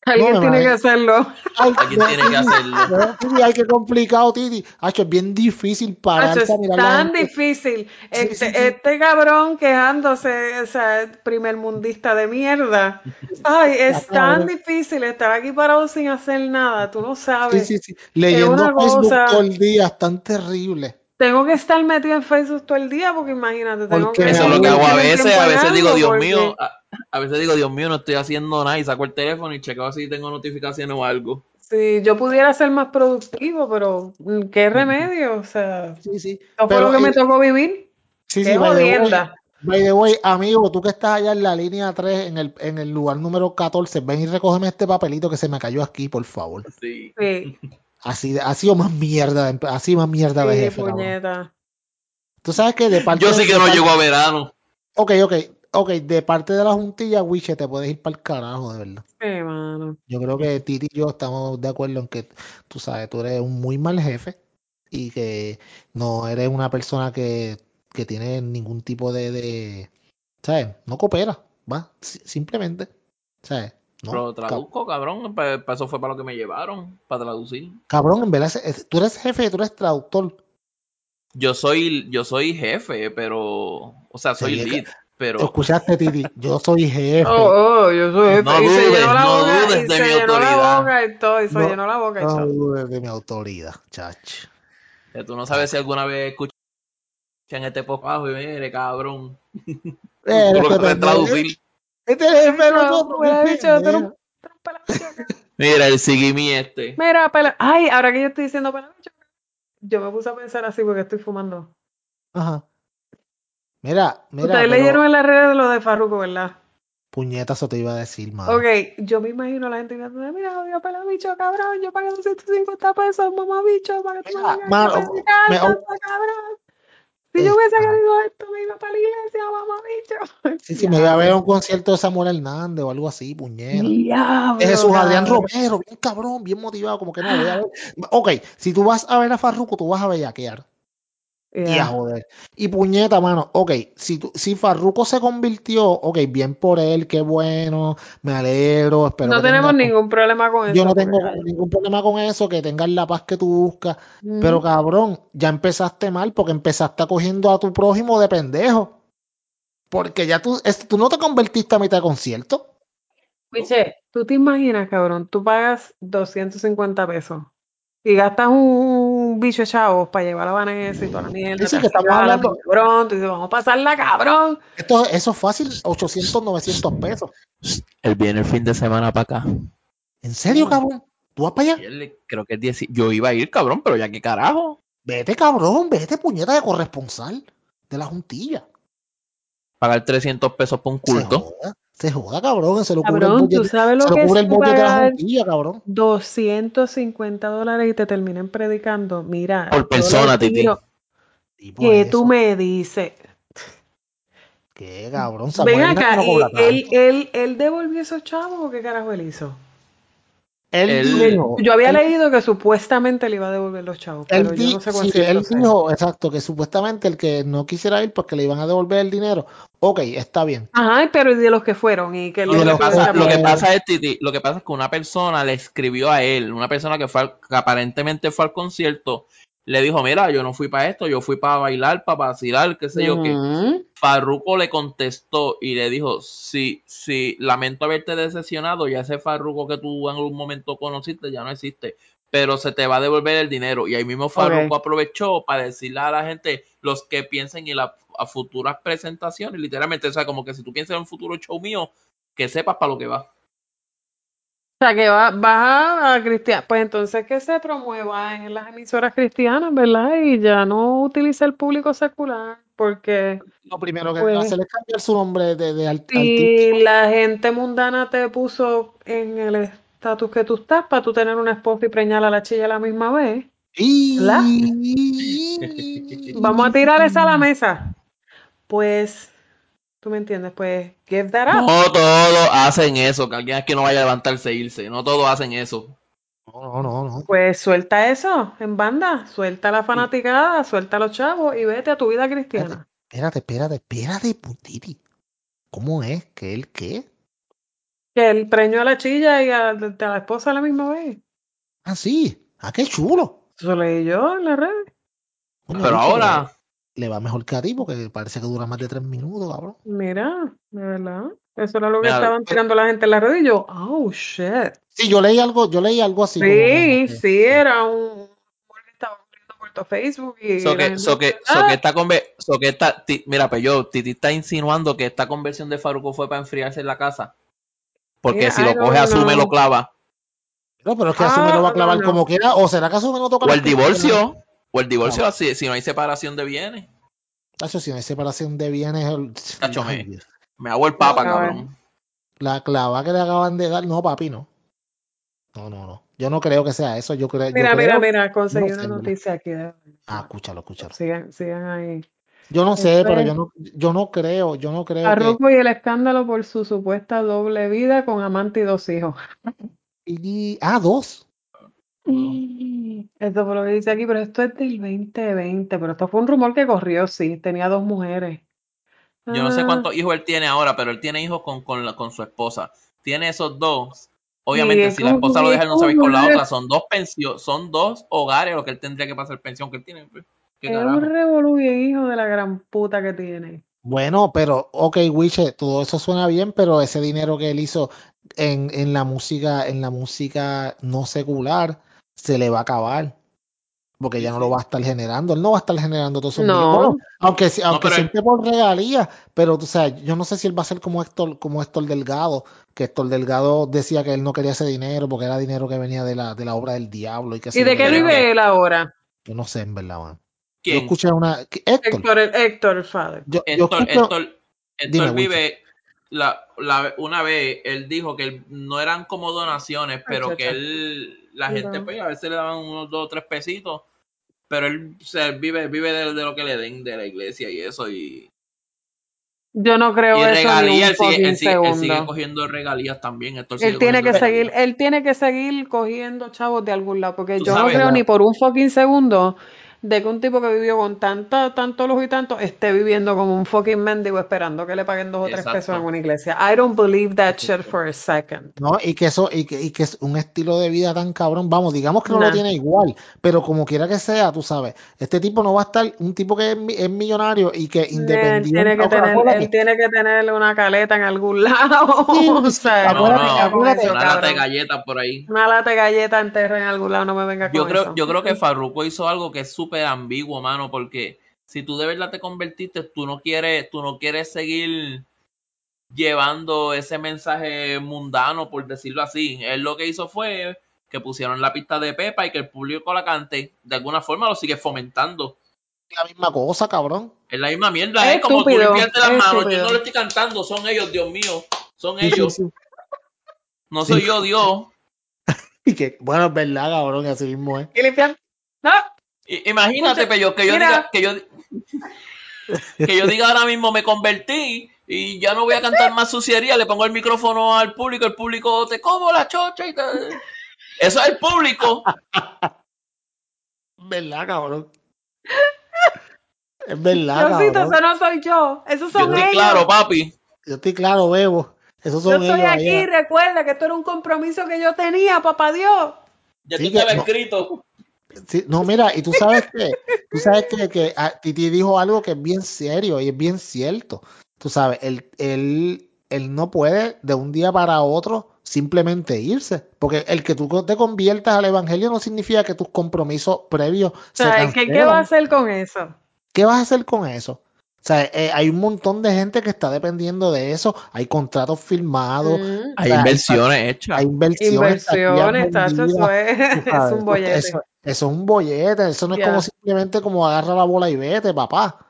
Alguien me tiene que imagino. hacerlo. Ay, [laughs] alguien no, tiene que hacerlo. no, [laughs] Titi, ay, qué complicado, Titi. Hacho, es bien difícil Hacho, pararse es a mirar la tan gente. difícil. Este, sí, sí. este cabrón quejándose, o sea, primermundista de mierda. [laughs] Ay, es tan cabrón. difícil estar aquí parado sin hacer nada. Tú no Sí, sabes. sí, sí. Leyendo una Facebook cosa- todo el día, es tan terrible. Tengo que estar metido en Facebook todo el día porque imagínate, tengo Porque que Eso es lo que hago a invertirle el veces. tiempo A en veces digo, algo Dios porque- mío, a, a veces digo, Dios mío, no estoy haciendo nada. Y saco el teléfono y checo si tengo notificaciones o algo. Sí, yo pudiera ser más productivo, pero mm, qué remedio, o sea, Sí, sí. no fue lo que eh, me tocó vivir. Sí, Qué sí, by the way, jodienda. by the way, amigo, tú que estás allá en la línea 3, en el, en el lugar número 14, ven y recógeme este papelito que se me cayó aquí, por favor. Sí. Sí, Así, así o más mierda, de- así más mierda de sí, jefe, cabrón. puñeta. Tú sabes que de parte Yo sí que de no par- llego a verano. Ok, ok, ok, de parte de la juntilla, Wiche, te puedes ir para el carajo, de verdad. Sí, mano. Yo creo que Titi y yo estamos de acuerdo en que, tú sabes, tú eres un muy mal jefe y que no eres una persona que, que tiene ningún tipo de, de- ¿sabes? No coopera, va, si- simplemente, ¿sabes? No, Pero ca- traduzco, cabrón. Para eso fue para lo que me llevaron, para traducir. cabrón, en verdad, es- es- tú eres jefe, tú eres traductor. Yo soy, yo soy jefe, pero, o sea, soy Sería que- lead, pero Escuchaste, [laughs] Titi, yo soy jefe. Oh, oh, yo soy No jefe. y se dudes, llenó la no boca, dudes y de se mi llenó la autoridad. boca y todo, y se No, llenó la boca y no todo. dudes de mi autoridad, chacho. eh, tú no sabes si alguna vez escuchan este popajo y mire, cabrón. Eh, Tú lo este que sabes es pendejo, traducir. este es el menos No, otro, me hubiera qué dicho, tú eres un pendejo. Mira, el Sigimi este. Mira, pela- Ay, ahora que yo estoy diciendo pelacho, yo me puse a pensar así porque estoy fumando. Ajá. Mira, mira, Ustedes pero- leyeron en las redes lo de Farruko, ¿verdad? Puñeta, eso te iba a decir, mano. Ok, yo me imagino a la gente diciendo, mira, odio pela bicho, cabrón, yo pagué 250 pesos, mamá bicho, para que tú me Mira, digas mano, que me encanta, me- oh, Eh, cabrón. Si yo hubiese Esta. querido esto, me iba para la iglesia, mamá bicho. Ah, Sí, sí, me voy a ver a un concierto de Samuel Hernández o algo así, puñeta. Diablo, Es Jesús Adrián cabrón. Romero, bien cabrón, bien motivado, como que no, voy a ver. Ok, si tú vas a ver a Farruko, tú vas a bellaquear. Y a joder. Y puñeta, mano. Ok, si, tú- si Farruko se convirtió, ok, bien por él, qué bueno, me alegro, espero no que tenemos tengas- ningún problema con eso. Yo no tengo porque- ningún problema con eso, que tengas la paz que tú buscas. Pero Ujú. cabrón, ya empezaste mal porque empezaste acogiendo a tu prójimo de pendejo. Porque ya tú, es- tú no te convertiste a mitad de concierto. Piche, tú te imaginas, cabrón, tú pagas 250 pesos y gastas un, un bicho de chavos para llevar a Vanessa y toda la mierda. Sí, sí, te que estamos regalan, hablando- Cabrón, tú dices, vamos a pasarla, cabrón. Esto, eso es fácil, 800, 900 pesos. Él viene el fin de semana para acá. ¿En serio, cabrón? ¿Tú vas para allá? Él, creo que es 10. Yo iba a ir, cabrón, pero ya qué carajo. Vete, cabrón, vete, puñeta de corresponsal de la juntilla. Pagar 300 pesos por un Se culto. joda, se joda, cabrón, se lo cubre el Cabrón, tú budget, sabes lo se lo que cubre es el tú budget de la pagar juntilla, cabrón. 250 dólares y te terminan predicando. Mira, Por yo les persona, Titi. digo Y por Que eso, tú me dices. ¿Qué, cabrón? Samuel Ven Hernández acá, no y cobra él, tanto. él, él devolvió esos chavos o qué carajo él hizo? Él él- dijo- Yo había él- leído que supuestamente le iba a devolver los chavos, Él, pero yo di- no sé sí, cuál él dijo, exacto, que supuestamente el que no quisiera ir, pues que le iban a devolver el dinero. Ok, está bien. Ajá, pero ¿y de los que fueron? ¿Y que Y los de que los fueron que- también? Lo que Eh, pasa es, Titi, lo que pasa es que una persona le escribió a él, una persona que, fue al- que aparentemente fue al concierto, le dijo, mira, yo no fui para esto, yo fui para bailar, para vacilar, qué sé yo qué. Ujú. Farruko le contestó y le dijo, sí, sí, lamento haberte decepcionado, ya ese Farruko que tú en algún momento conociste ya no existe, pero se te va a devolver el dinero. Y ahí mismo Farruko aprovechó para decirle a la gente los que piensen en las a futuras presentaciones, literalmente, o sea, como que si tú piensas en un futuro show mío, que sepas para lo que va. O sea, que va, va a cristian, pues entonces que se promueva en las emisoras cristianas, ¿verdad? Y ya no utiliza el público secular, porque Lo primero que Pues- hacer es cambiar su nombre de, de art- artista. si la gente mundana te puso en el estatus que tú estás para tú tener una esposa y preñar a la chilla a la misma vez, ¿verdad? Y... Vamos a tirar esa a la mesa. Pues, tú me entiendes, pues, give that up. No todos hacen eso, que alguien aquí no vaya a levantarse e irse, no todos hacen eso. No, no, no, no. Pues suelta eso en banda, suelta la fanaticada, suelta a los chavos y vete a tu vida cristiana. Espérate, espérate, espérate, putiti. ¿Cómo es? ¿Que él qué? Que el preño a la chilla y a, a la esposa a la misma vez. Ah, sí. Ah, qué chulo. Eso leí yo en las redes. Coño, pero bicho, ahora... Le va mejor que a ti porque parece que dura más de tres minutos, cabrón. Mira, de verdad. Eso era lo que Mira, estaban tirando la gente en las redes y yo, oh, shit. Sí, yo leí algo, yo leí algo así. Sí, como que- sí, era un... que estaba corriendo por todo Facebook y So la que, gente- so que, so Ah, que esta conver- so que esta- ti- mira, pues yo, Titi está insinuando que esta conversión de Faruco fue para enfriarse en la casa. Porque Mira, si Eh, I lo don't coge, asume, know. lo clava. No, pero es que Asume lo va Ah, a clavar no. como quiera. O será que Asume no toca O los el temas? divorcio. O el divorcio, Claro. si, si no hay separación de bienes. Tacho, si no hay separación de bienes, el- Tacho, Ay, me- Dios. Me hago el papa, Claro. cabrón. la clava que le acaban de dar, no, papi, no. No, no, no. Yo no creo que sea eso. Yo creo. yo Mira, mira, creo- mira, conseguí no una sé, mira. noticia aquí. de- Ah, escúchalo, escúchalo. Sigan, sigan ahí. Yo no sé, pero Entonces- yo no, yo no creo, yo no creo que. Farruko y el escándalo por su supuesta doble vida con amante y dos [laughs] hijos. y- Ah, dos. Esto fue lo que dice aquí, pero esto es del 2020, pero esto fue un rumor que corrió, sí, tenía dos mujeres. Yo no sé Ah, cuántos hijos él tiene ahora, pero él tiene hijos con, con, la- con su esposa. Tiene esos dos. Obviamente, Y si la esposa lo deja, él no se va a ir con la es- otra. Son dos pensio- son dos hogares lo que él tendría que pasar pensión que él tiene. pues. ¿Qué es carajo? un revolú bien hijo de la gran puta que tiene. Bueno, pero, ok, Wiche, todo eso suena bien, pero ese dinero que él hizo en, en la música, en la música no secular, se le va a acabar. Porque Sí, ya no sí. lo va a estar generando. Él no va a estar generando todos esos No. millones. Bueno, aunque, si- aunque pero él- siempre por regalías, pero tú sabes, yo no sé si él va a ser como Héctor, como Héctor Delgado, que Héctor Delgado decía que él no quería ese dinero porque era dinero que venía de la, de la obra del diablo y que ¿Y de qué pero es vive él ahora? Yo no sé, en verdad, man. Yo ¿Quién? escuché una. que- Héctor. Héctor, el- Héctor, el father. Yo, yo Héctor, escucho- Héctor- Héctor Dime, Wilson. vive la, la- una vez él dijo que él- no eran como donaciones, pero que él la No. gente pues a veces le daban unos dos o tres pesitos, pero él, o sea, él vive vive de, de lo que le den de la iglesia y eso y, Yo no creo y él eso ni un regalías, él sigue, fucking él sigue- él sigue segundo. cogiendo regalías también. Héctor sigue Él tiene que cogiendo seguir, regalías. él tiene que seguir cogiendo chavos de algún lado, porque Tú yo no sabes, creo la- ni por un fucking segundo de que un tipo que vivió con tanta, tanto lujo y tanto esté viviendo como un fucking mendigo esperando que le paguen dos o tres Exacto. pesos en una iglesia. I don't believe that shit for a second. No, y que eso, y que, y que es un estilo de vida tan cabrón. Vamos, digamos que no Nah. lo tiene igual, pero como quiera que sea, tú sabes, este tipo no va a estar, un tipo que es, mi- es millonario y que Él independiente. tiene que tener, acuérdate- él tiene que tener una caleta en algún lado. Sí, O sea, No, acuérdate, venga con acuérdate. eso, Una lata de cabrón. galletas por ahí. [laughs] Una lata de galleta enterra en algún lado, no me venga Yo con creo, eso. yo creo que Farruko hizo algo que es súper ambiguo, mano, porque si tú de verdad te convertiste, tú no quieres, tú no quieres seguir llevando ese mensaje mundano, por decirlo así. Él lo que hizo fue que pusieron la pista de Pepa y que el público la cante. De alguna forma lo sigue fomentando. la misma cosa, cabrón. Es la misma mierda, es, Es como tú estúpido, limpiarte las es manos. Yo estúpido. no lo estoy cantando, son ellos, Dios mío, son Sí, sí, ellos. sí. No Sí. soy yo, Dios. [laughs] Y que, bueno, es verdad, cabrón, y así mismo es. Y limpiar. No, I- Imagínate, Escucha, pero yo- que yo mira. diga, que yo, que yo diga ahora mismo me convertí y ya no voy a cantar más suciería, le pongo el micrófono al público, el público te como la chocha y te... Eso es el público. Ah, ¿Verdad, cabrón? Es verdad, Diosito, cabrón. eso no soy yo, esos Yo son estoy ellos. claro, papi. Yo estoy claro, bebo. Esos Yo son estoy ellos aquí, allá. recuerda que esto era un compromiso que yo tenía, papá Dios. Ya Sí, tú que estabas no. escrito. Sí, no, mira, y tú sabes que, tú sabes que, que, ah, Titi dijo algo que es bien serio y es bien cierto. Tú sabes, él, él, él no puede de un día para otro simplemente irse, porque el que tú co- te conviertas al evangelio no significa que tus compromisos previos O sea, se ¿qué, ¿qué va a cancelan. hacer con eso? ¿Qué vas a hacer con eso? O sea, eh, hay un montón de gente que está dependiendo de eso, hay contratos firmados, o Mm. sea, hay hechas. hay inversiones, taquillas Inversiones, tacho, vendidas, eso [laughs] es, tú es sabes, un eso, bollete. eso- eso es un bollete, eso no es como Ya. simplemente como agarra la bola y vete, papá.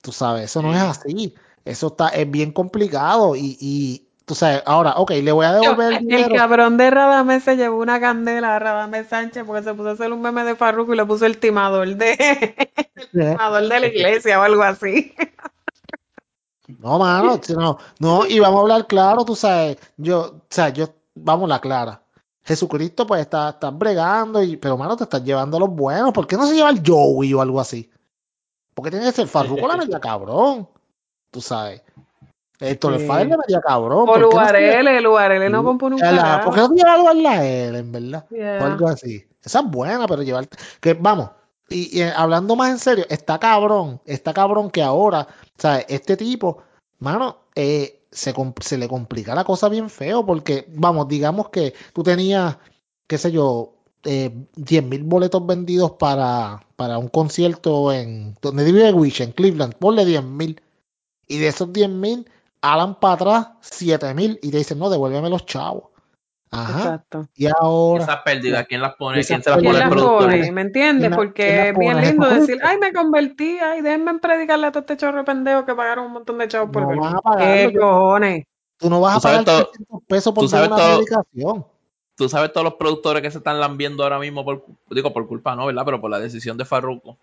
Tú sabes, eso no es así. Eso está, es bien complicado y, y tú sabes, ahora, ok, le voy a Yo, devolver el el dinero. cabrón de Radamés se llevó una candela a Radamés Sánchez porque se puso a hacer un meme de Farruko y le puso el timador de, [laughs] ¿Eh? timador de la iglesia o algo así. No, mano, si no, no, y vamos a hablar claro, tú sabes, yo, o sea, yo, vamos la clara. Jesucristo, pues, está, está bregando, y, pero, mano, te estás llevando a los buenos. ¿Por qué no se lleva el Joey o algo así? Porque tiene que ser Farruko la media cabrón, tú sabes. Esto le Sí. falta la media cabrón. O ¿por qué no se lleva- Luarele, Luarele no compone un a la- ¿Por qué carajo. no te lleva algo a la L, en verdad? O Yeah. algo así. Esa es buena, pero llevarte. Que, vamos, y, y, eh, hablando más en serio, está cabrón, está cabrón que ahora, ¿sabes? Este tipo, mano, eh, se, com- se le complica la cosa bien feo, porque, vamos, digamos que tú tenías, qué sé yo, eh, 10 mil boletos vendidos para, para un concierto en. donde vive Wish, en Cleveland, ponle 10 mil. Y de esos 10 mil, alan para atrás 7 mil y te dicen, no, devuélveme los chavos. Ajá. Exacto. Y ahora, Esas pérdidas, ¿quién las pone? Esas ¿Quién se las pérdidas, pone ¿Quién el las productor? pone? ¿Me entiendes? ¿Quién la- quién Porque la es bien pone? lindo decir, Exacto. ay, me convertí, ay, déjenme predicarle a todo este chorro de pendejo que pagaron un montón de chavos por no verme. vas a pagarlo. ¿Qué yo- cojones? tú no vas Tú a sabes pagar todo- 300 pesos por ver tú sabes una todo- predicación. Tú sabes todos los productores que se están lambiendo ahora mismo, por, cu- digo, por culpa no, ¿verdad? Pero por la decisión de Farruko.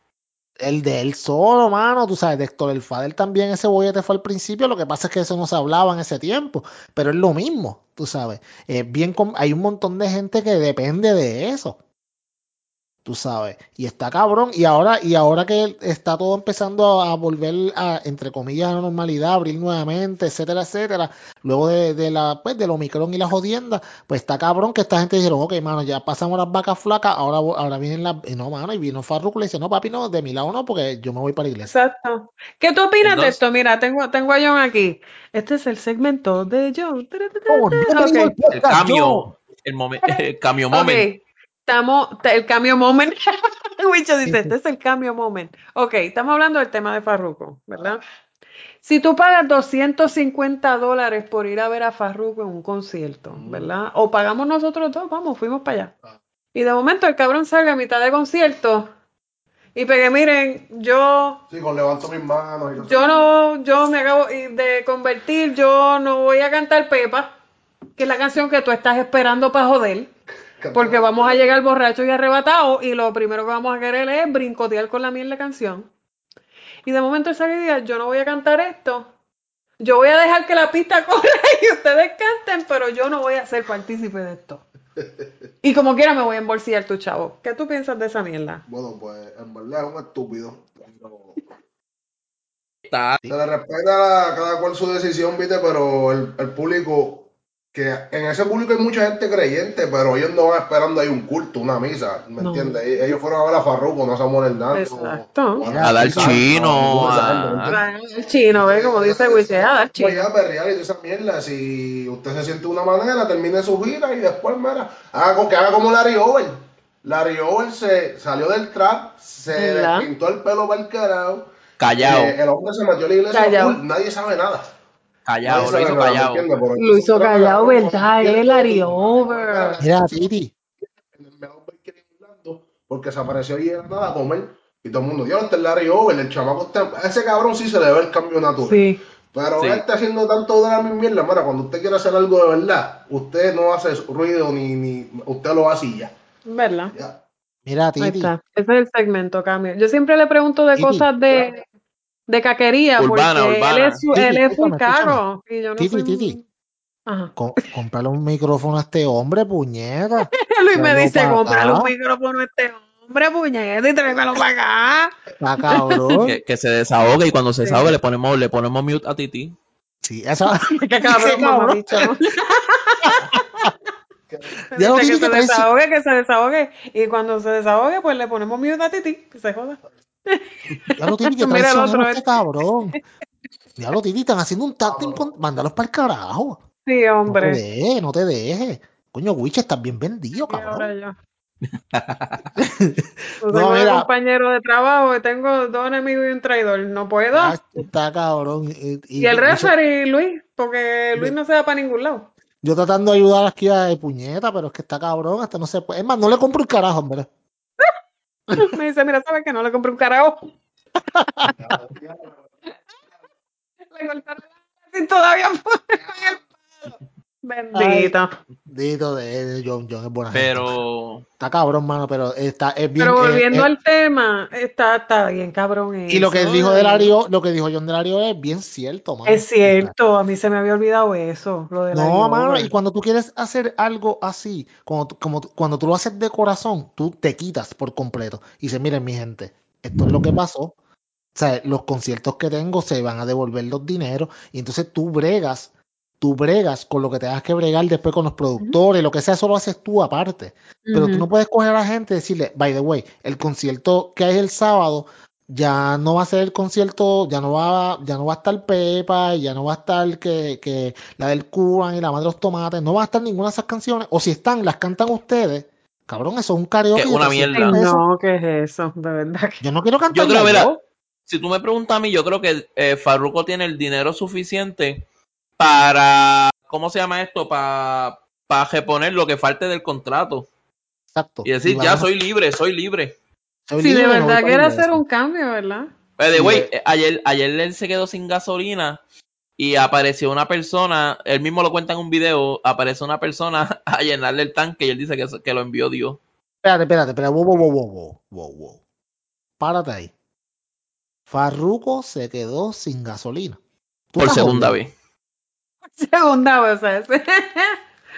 El de él solo, mano, tú sabes, de Héctor el Fadel también ese bollete fue al principio, lo que pasa es que eso no se hablaba en ese tiempo, pero es lo mismo, tú sabes. Es bien, com- hay un montón de gente que depende de eso. tú sabes, y está cabrón, y ahora, y ahora que está todo empezando a, a volver a, entre comillas, a la normalidad, abrir nuevamente, etcétera, etcétera, luego de, de la, pues, del Omicron y la jodienda, pues está cabrón que esta gente dijeron, ok, mano, ya pasamos las vacas flacas, ahora, vo- ahora vienen las, y no, mano, y vino Farruko y le dice, no, papi, no, de mi lado no, porque yo me voy para la iglesia. Exacto. ¿Qué tú opinas de Entonces- esto? Mira, tengo, tengo a John aquí. Este es el segmento de John. Ta, ta, ta, Oh, ta. tengo el Ok, El podcast, yo. cambio, el, momen- [laughs] el cambio moment. ok. Estamos, te- el cambio moment. [laughs] Wicho dice, este es el cambio moment. Ok, estamos hablando del tema de Farruko, ¿verdad? Si tú pagas 250 dólares por ir a ver a Farruko en un concierto, Mm. ¿verdad? O pagamos nosotros dos, vamos, fuimos para allá. Y de momento el cabrón salga a mitad de concierto y pegue, miren, yo Sí, con levanto mis manos y no sé. yo no, yo me acabo de convertir, yo no voy a cantar Pepa, que es la canción que tú estás esperando para joder, porque vamos a llegar borrachos y arrebatados y lo primero que vamos a querer es brincotear con la mierda canción. Y de momento esa idea, yo no voy a cantar esto, [laughs] yo voy a dejar que la pista corra y ustedes canten, pero yo no voy a ser partícipe de esto. Y como quiera me voy a embolsillar tu chavo. ¿Qué tú piensas de esa mierda? Bueno, pues en verdad es un estúpido. Pero... Está. Se le respeta a cada cual su decisión, viste, pero el, el público, que en ese público hay mucha gente creyente, pero ellos no van esperando ahí un culto, una misa, ¿me No. entiendes? E- Ellos fueron a ver a Farruko, no a Samuel Hernández. o- Exacto. o A dar Exacto, chino, esa a- gente, ¿entiendes? Traer al chino, ¿ves? Como dice Wiche, ah, dar Voy chino. a perrear pues, y toda esa mierda. Si usted se siente de una manera, termine su gira y después, mira, haga, co- que haga como Larry Over. Larry Over se salió del trap, se ¿Verdad? le pintó el pelo para el carajo. Callao, eh, el hombre se metió a la iglesia. Callao. full, nadie sabe nada. callao, nadie lo sabe hizo nada, ¿me callao. entiendes? Lo Pero hizo entonces, callado, mira, ¿verdad? Él es Larry Over. Mira, Titi, en el mejor bakery de Orlando, porque se apareció ahí de la nada a comer y todo el mundo, yo este es Larry Over, el chamaco está... a ese cabrón sí se le ve el cambio natural. Sí. Pero Sí. él está haciendo tanto drama y mierda, mira, cuando usted quiere hacer algo de verdad, usted no hace ruido ni, ni usted lo hace y ya. ¿Verdad? ya. mira, Ahí Titi. está. Ese es el segmento, cambio. Yo siempre le pregunto de Titi. cosas de, de caquería, Urbana, porque urbana. él es, su- Titi, él es full escúchame, caro. Y yo no Titi, soy... Titi. Ajá. Co- cómprale un micrófono a este hombre, puñeta. [laughs] Luis me Tráelo dice, pa' cómprale un acá. micrófono a este hombre, puñeta, y tráemelo [laughs] para acá. Está [laughs] cabrón. Que, que se desahogue y cuando se Sí. desahogue le ponemos, le ponemos mute a Titi. Sí, esa. [laughs] Qué Ese cabrón, cabrón. mamabicho. [laughs] [laughs] Me Ya lo tiene dice que que se traer- desahogue, que se desahogue. Y cuando se desahogue, pues le ponemos mute a Titi, que se joda. Ya lo tiene que [laughs] Mira el traicionar otro, eh. este él. [laughs] cabrón. Ya lo tiene, están haciendo un tag team. con- Mándalos para el carajo. Sí, No te hombre. dejes, no te dejes. Coño, Witch, estás bien vendido, Y ahora cabrón. [laughs] yo. No, Pues tengo mira. un compañero de trabajo y tengo dos enemigos y un traidor. No puedo. Ah, está cabrón. Y, y- y el y eso- referee, Luis, porque Luis no se va para ningún lado. [laughs] yo tratando de ayudar aquí a de puñeta, pero es que está cabrón, hasta no se puede. Es más, no le compro el carajo, en verdad. Me dice, mira, ¿sabes que no le compré un carajo? [laughs] Le cortaron la y todavía [laughs] fue en el palo. Bendito. Dito de, de John, John es buena gente. Pero Está cabrón, mano, pero está, es bien. Pero eh, volviendo eh, al tema, está, está bien cabrón y lo que eso, dijo de- Delario, lo que dijo John Delario es bien cierto, mano. Es cierto, a mí se me había olvidado eso, lo de la No, mano, Dior. y cuando tú quieres hacer algo así, cuando, tú- como, tú- cuando tú lo haces de corazón, tú te quitas por completo y dices, miren, mi gente, esto es lo que pasó. O sea, los conciertos que tengo se van a devolver los dineros y entonces tú bregas, tú bregas con lo que tengas que bregar después con los productores, lo que sea, eso lo haces tú aparte. Pero tú Ujú. no puedes coger a la gente y decirle, by the way, el concierto que hay el sábado ya no va a ser el concierto, ya no va, ya no va a estar Pepa, ya no va a estar que, que la del Cuban y la madre de los tomates, no va a estar ninguna de esas canciones, o si están, las cantan ustedes. Cabrón, eso es un karaoke Que de una 300 mierda. pesos. No, ¿qué es eso? De verdad que. Yo no quiero yo cantar creo, verá, si tú me preguntas a mí, yo creo que eh, Farruko tiene el dinero suficiente para, ¿cómo se llama esto? Para reponer lo que falte del contrato. Exacto. Y decir, la ya van a- soy libre, soy libre. soy Sí, de libre, no voy verdad para que era iglesia. hacer un cambio, ¿verdad? [laughs] By the Sí, way, eh. eh, ayer, ayer él se quedó sin gasolina y apareció una persona, él mismo lo cuenta en un video, aparece una persona [laughs] a llenarle el tanque y él dice que, eso- que lo envió Dios. Espérate, espérate, espérate. Wow, wow, wow, wow, wow, wow, wow. Párate ahí. Farruko se quedó sin gasolina. Tú Por estás segunda jodido. vez. Segunda vez, o sea, ese-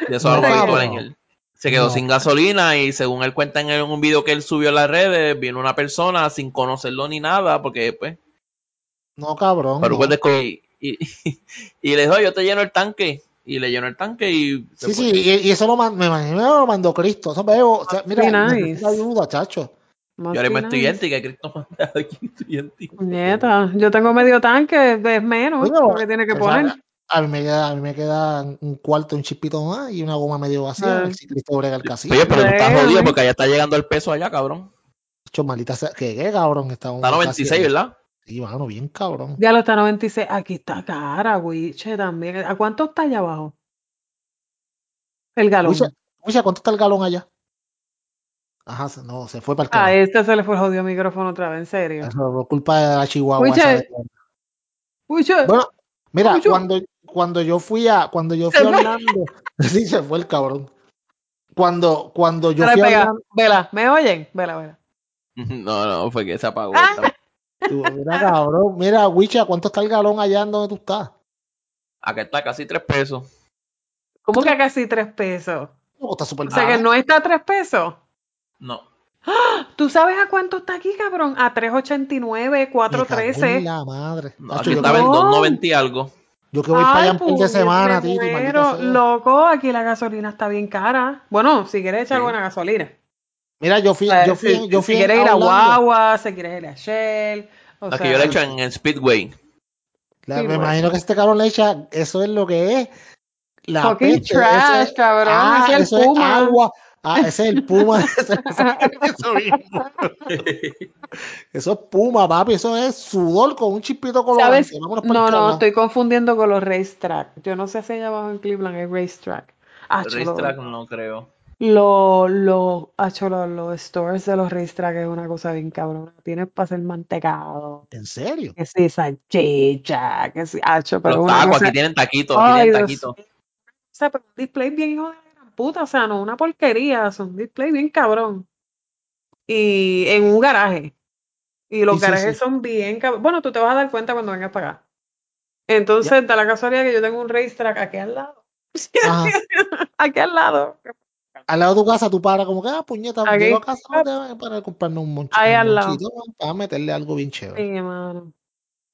De eso No, algo habitual en no. él. Se quedó No. sin gasolina y según él cuenta en el- un video que él subió a las redes, vino una persona sin conocerlo ni nada, porque pues, No, cabrón. pero no. pues, desco- y, y- [laughs] y le dijo, yo te lleno el tanque. Y le llenó el tanque y Sí, se fue. sí, y, y eso lo mandó, me imagino que lo mandó Cristo. Eso veo, o sea, mira, be necesito nice. ayuda, chacho. Yo ahora me Must be estoy en nice. ti, que Cristo manda aquí estoy en ti. Puñeta, yo tengo medio tanque, es menos Coño, lo que tiene que o sea, poner. a mí me queda, a mí me queda un cuarto, un chispito más y una goma medio vacía, a ver Ah. si Cristo brega el casillo. Oye, pero tú estás jodido Déjame. porque allá está llegando el peso allá, cabrón. Chacho, maldita sea, que qué cabrón está un Está 96, casillo. ¿verdad? [laughs] Sí, mano, bien cabrón. Ya lo está 96. Aquí está cara, Wiche, también. ¿A cuánto está allá abajo? El galón. Wicha, Wicha, ¿cuánto está el galón allá? Ajá, se- no, se fue para el A carajo. este se le fue el jodido micrófono otra vez, en serio. Eso es culpa de la Chihuahua. Wicha, esa de- Wiche, Bueno, mira, Wicha. cuando, cuando yo fui a, cuando yo Se fui a fue. Orlando, [laughs] sí se fue el cabrón. Cuando, cuando yo Ahora fui a pega. Orlando, Vela, ¿me oyen? Vela, vela. No, no, fue que se apagó. Ah. tú, mira, cabrón, mira, Wicha, ¿cuánto está el galón allá en donde tú estás? Acá está casi 3 pesos. ¿Cómo que casi tres pesos? está súper O sea que no está a 3 pesos. No. ¡Ah! ¿Tú sabes a cuánto está aquí, cabrón? A 3.89, Me 4.13. cago en La madre. No, Tacho, aquí yo, estaba en no. 290 y algo. yo que voy para allá Ay, un fin de puñet, semana, me Titi, maldita muero. sea. Loco, aquí la gasolina está bien cara. Bueno, si quieres echar Sí. buena gasolina. Mira, yo fui, O sea, yo fui, si, yo fui si quieres ir a Holanda. Guagua, si quieres ir a Shell. O La que sea, yo le he hecho en el Speedway. La- Sí, pues. me bueno. imagino que este cabrón le echa, eso es lo que es. La Fucking peste, trash, eso es- cabrón, Ah, ese es el eso es Puma. agua. Ah, ese es el [laughs] puma. Eso, eso mismo. Eso es puma, papi. Eso es sudor con un chispito ¿Sabes? colorante. Vámonos pa'l No, no, carajo. estoy confundiendo con los racetrack. Yo no sé si allá abajo en Cleveland hay racetrack. Ah, cholo, Racetrack no creo. lo, lo, ah, cholo, los stores de los racetrack es una cosa bien cabrona. Tienes para hacer mantecado, ¿En serio? que si salchicha, que si hacho, pero Los una tacos, cosa, aquí tienen taquitos, aquí ay, tienen Dios taquitos. mío. O sea, pero un display bien hijo de la gran puta, o sea, no una porquería, es un display bien cabrón. Y en un garaje. Y los Sí, sí, garajes son bien cab- Bueno, tú te vas a dar cuenta cuando vengas para acá. Entonces, da la casualidad que yo tengo un racetrack aquí al lado. [laughs] Ajá. Aquí al lado. Al lado de tu casa, tú paras como que, ah, puñeta, Aquí. llego a casa, no te voy para comprarme un moncho, Ahí un al lado. monchito, para meterle algo bien chévere. Sí, hermano.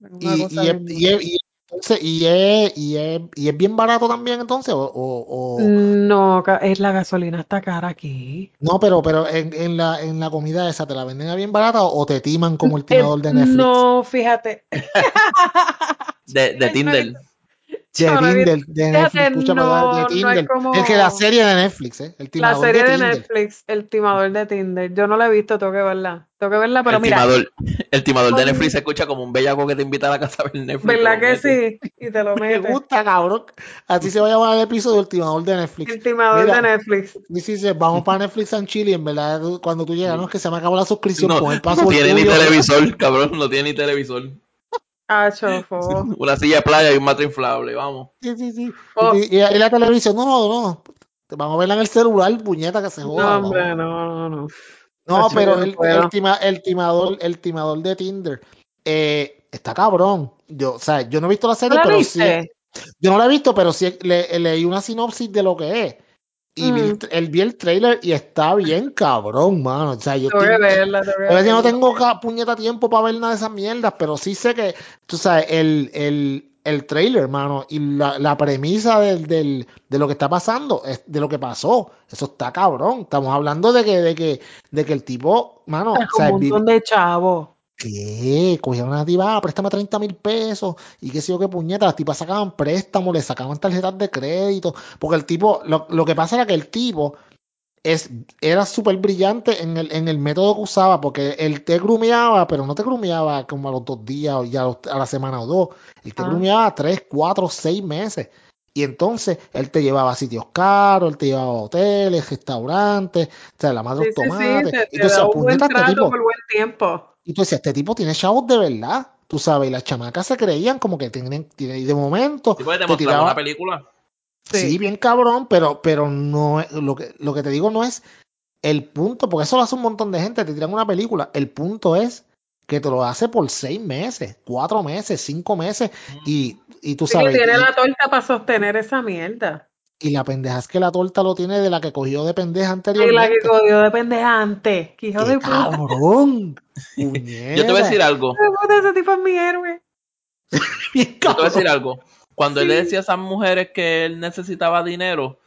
Una Y, cosa y, es, bien y, es, y, es- entonces, y, es, y, es, y es bien barato también, entonces, o, o, Mm. o- No, ca- es la gasolina está cara aquí. No, pero, pero en, en la, en la comida esa, ¿te la venden a bien barata o, o te timan como el Eh, timador de Netflix? no, fíjate. De, de Ay, no he Tinder. visto- De yo no he visto- Tinder, de Netflix, Fíjate, escúchame, de, de no, no Tinder. es como Es que la serie de Netflix, ¿eh? El la timador de serie de Tinder. Netflix, El timador de Tinder. Yo no la he visto, tengo que verla. Tengo que verla, pero El mira, timador, el timador de con- Netflix se escucha como un bellaco que te invita a la casa a ver Netflix. te ¿verdad lo que mete. sí? Y te [laughs] lo Me mete. gusta, cabrón. Así se va a llamar el episodio, el timador de Netflix. El timador Mira, de Netflix. dice, dice, vamos para Netflix and Chile, en verdad, tú- cuando tú llegas, no, es que se me acabó la [laughs] suscripción, No, pon el no password tiene ni tuyo. televisor, cabrón, no tiene ni televisor. Ah, [laughs] Oh. chofo. Una silla de playa y un mate inflable, vamos. Sí, sí, sí. Oh. Y, y- y la televisión, no, no, te van a verla en el celular, puñeta, que se No, joda. vamos. hombre, no, no, no. No, Tacho, yo pero no el, puedo. el, tima- el timador, el timador de Tinder eh, está cabrón. Yo, o sea, yo no he visto la ¿No serie, la pero sí, viste? yo no la he visto, pero sí le, leí una sinopsis de lo que es. Y vi el, Mm. tra- el- vi el trailer y está bien cabrón, mano. O sea, yo Tengo estoy, que verla, tengo que a veces no verla. tengo ca- puñeta tiempo para ver nada de esas mierdas, pero sí sé que, tú sabes, el, el, el trailer, mano, y la, la premisa del, del- de lo que está pasando, es- de lo que pasó, eso está cabrón. Estamos hablando de que, de que, de que el tipo, mano, o Está con sea, un montón de chavos. ¿Qué? Cogían una tipa, "Ah, préstame 30 mil pesos. Y qué sé yo qué puñeta. Las tipas sacaban préstamos, le sacaban tarjetas de crédito. Porque el tipo, lo, lo que pasa era que el tipo es, era súper brillante en el, en el método que usaba. Porque él te grumeaba, pero no te grumeaba como a los dos días o ya a, los- a la semana o dos. Él te Ah. grumeaba tres, cuatro, seis meses. Y entonces él te llevaba a sitios caros, él te llevaba a hoteles, restaurantes, o sea, la madre de Sí, los sí, sí, tomates. te, Y tú te decías, da un buen puñeta, este trato tipo. por buen tiempo. Y tú decías, este tipo tiene chavos de verdad, tú sabes, y las chamacas se creían como que tienen, tienen- y de momento Sí, porque te te mostraba una tiraba, película. sí, bien cabrón, pero, pero no, es- lo que, lo que te digo no es el punto, porque eso lo hace un montón de gente, te tiran una película, el punto es que te lo hace por seis meses, cuatro meses, cinco meses, y, y tú Sí que sabes, tiene y, la torta para sostener esa mierda. y la pendeja es que la torta lo tiene de la que cogió de pendeja Ay, la que anteriormente. cogió de pendejante. Que hijo ¡Qué de puta. cabrón! [laughs] Yo te voy a decir ¡Puñeta! algo. Hijo de puta, Ese tipo es mi héroe. ¡Bien Yo te voy a cabrón! decir algo. Cuando él le decía a esas mujeres que él necesitaba dinero,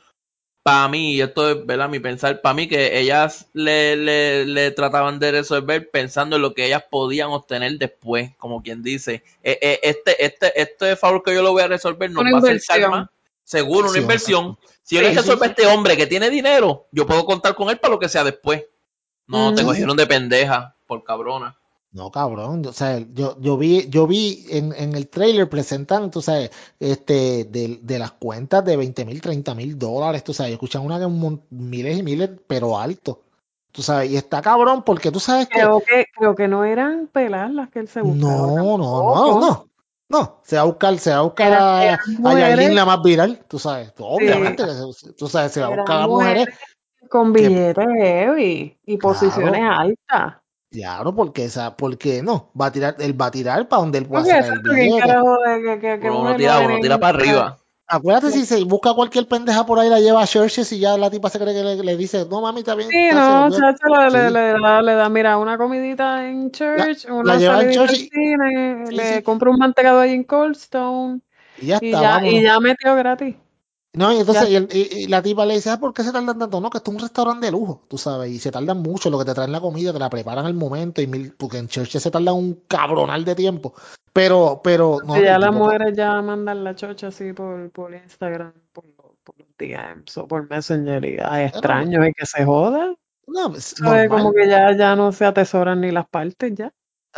para mí, y esto es ¿verdad? mi pensar, para mí que ellas le, le, le trataban de resolver pensando en lo que ellas podían obtener después, como quien dice. Eh, eh, este, este, este favor que yo lo voy a resolver nos Una va a inversión. acercar más. Seguro, una Sí, inversión. Si yo Sí, le resuelvo sí. a este hombre que tiene dinero, yo puedo contar con él para lo que sea después. No, te Ujú. cogieron de pendeja, por cabrona. No, cabrón, yo- o sea, yo, yo vi, yo vi en, en el trailer presentan, tú sabes, este, de, de las cuentas de 20 mil, 30 mil dólares, tú sabes, yo escuchaba una de un mon- miles y miles, pero alto, tú sabes, y está cabrón porque tú sabes que Creo que, creo que no eran pelas las que él se buscaba no, no, no, tampoco. no, no, se va a buscar, se va a buscar Eran, a, eran a Yailin mujeres, la más viral, tú sabes, obviamente, que se- tú sabes, se va a eran buscar a mujeres mujeres con que, billetes heavy y posiciones claro, altas. claro, porque esa, porque no, va a tirar, él va a tirar para donde él pueda Porque sacar eso Pues el es lo que billete. carajo de que, que, que Uno no mujer tira, va a uno tener tira para para- arriba. Acuérdate si se busca cualquier pendeja por ahí, la lleva a Churches y ya la tipa se cree que le, le dice, no mami, está bien. Sí, no, chacho, le, le- le da, le da, mira, una comidita en church, una la lleva en salidita church al y- cine, sí, le sí. compra un mantecado ahí en Cold Stone Y ya está, y ya, vámonos. y ya metió gratis. No, y entonces y el- y- y la tipa le dice, ah, ¿por qué se tardan tanto? No, que esto es un restaurante de lujo, tú sabes, y se tardan mucho, lo que te traen la comida, te la preparan al momento, y mil- porque en Church se tarda un cabronal de tiempo. Pero, pero, no, Y el ya las tipo- mujeres ya mandan la chocha así por, por Instagram, por, lo- por los DMs o por Messenger y a extraños y que se joda. no, es ¿Sabes? Como normal. que ya, ya no se atesoran ni las partes ya.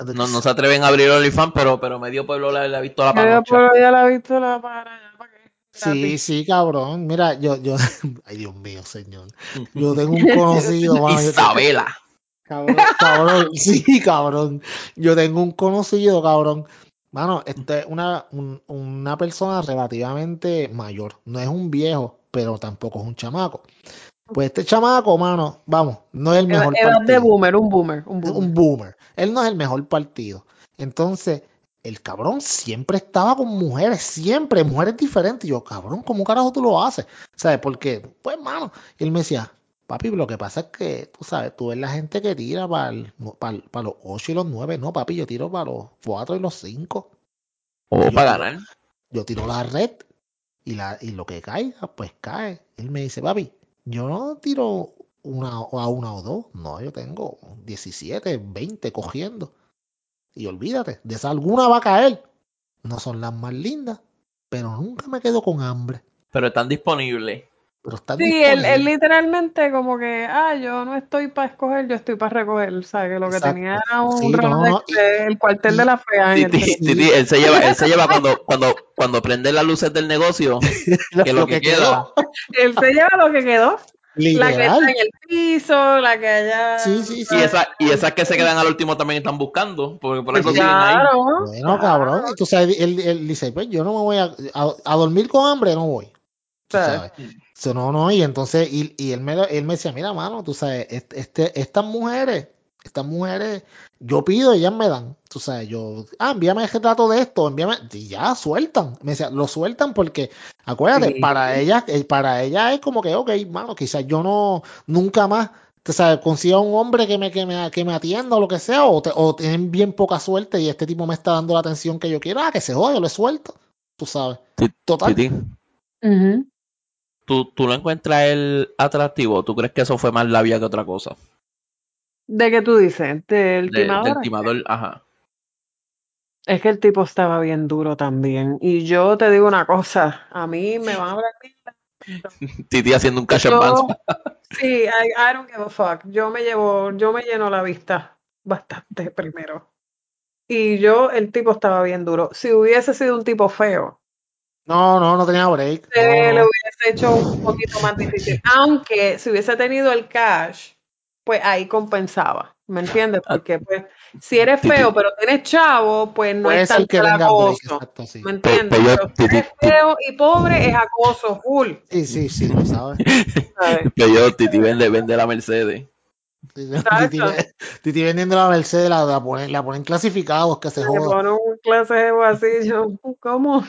No, no se atreven a abrir OnlyFans, pero, pero medio pueblo le ha visto la Ya, panocha. pero ya la he visto la para allá, ¿para qué? Sí, Gratis. sí, cabrón. Mira, yo, yo, [laughs] ay Dios mío, señor. Yo tengo [laughs] un conocido, mano, yo te- Isabela. Cabrón, cabrón, [laughs] sí, cabrón. Yo tengo un conocido, cabrón. Mano, este es una, un- una persona relativamente mayor. No es un viejo, pero tampoco es un chamaco. Pues este chamaco, mano, vamos, no es el Edad, mejor edad de partido. boomer, un boomer, un Es boomer. un boomer. Él no es el mejor partido. Entonces, el cabrón siempre estaba con mujeres, siempre, mujeres diferentes. Y yo, cabrón, ¿cómo carajo tú lo haces? ¿Sabes? Porque, pues, mano. Y él me decía, papi, lo que pasa es que, tú sabes, tú ves la gente que tira para los 8 y los 9. No, papi, yo tiro para los 4 y los 5. O Yo para tiro- ganar. Yo tiro la red y, la, y lo que caiga, pues cae. Él me dice, papi, yo no tiro una, o- a una o dos, no, yo tengo 17, 20 cogiendo. Y olvídate, de esa alguna va a caer. No son las más lindas, pero nunca me quedo con hambre. Pero están disponibles. Pero están Sí, él, él disponibles. literalmente como que, ah, yo no estoy para escoger, yo estoy para recoger. O sea, que lo que Exacto. tenía era un Sí, no, Rolex no, y- de- el cuartel y- de la fea en el Titi, teléfono. Titi, él se lleva, él se lleva cuando, cuando, cuando prende las luces del negocio, que lo que queda. [laughs] Él se lleva lo que quedó, la que está Literal. en el piso, la que allá... Sí, sí, sí. Y esas, y esas que se quedan al último también están buscando, porque por algo Pues Sí. siguen ahí. Claro, Bueno, claro. cabrón, y tú sabes, él, él dice, pues yo no me voy a, a, a dormir con hambre, no voy. Tú Claro. sabes. So, no, no, y entonces, y, y él, me, lo- él me decía, mira, mano, tú sabes, est- este, estas mujeres, estas mujeres, yo pido, ellas me dan. Tú sabes, yo, ah, envíame el retrato de esto, envíame, y ya, sueltan. Me decía, lo sueltan porque, acuérdate, Sí. para ellas, eh, para ellas es como que, ok, mano, quizás yo no, nunca más. Tú sabes, consiga un hombre que me, que me, que me atienda o lo que sea, o, te- o tienen bien poca suerte y este tipo me está dando la atención que yo quiero, ah, que se joda, yo le suelto, tú sabes. Ti- Total, Titi, Ujú. ¿tú, ¿tú lo encuentras el atractivo? ¿Tú crees que eso fue más labia que otra cosa? ¿De qué tú dices? ¿Del De- del timador? timador, ajá. Es que el tipo estaba bien duro también. Y yo te digo una cosa, a mí me van a hablar mierda. Titi haciendo un cash Yo- advance. sí, I, I don't give a fuck. Yo me llevo, yo me lleno la vista bastante primero. Y yo, el tipo estaba bien duro. Si hubiese sido un tipo feo, No, no, no tenía break. se no, le no. hubiese hecho un poquito más difícil. Aunque si hubiese tenido el cash, pues ahí compensaba. ¿Me entiendes? Ah. Porque pues, si eres Titi. feo, pero tienes chavo, pues no Puede es ser tanto que el tenga break, acoso. exacto, sí. ¿Me Pe- entiendes? pero Pero yo- si eres Titi- feo y pobre es acoso, full. Sí, sí, sí, tú sabes. ¿sabes? Pero yo, Titi vende, vende la Mercedes. Sí, sí, Titi, ve- Titi vendiendo la Mercedes, la, la ponen, la ponen clasificados, que se Le joda. pone un clase de vacío. "Uh, ¿Cómo?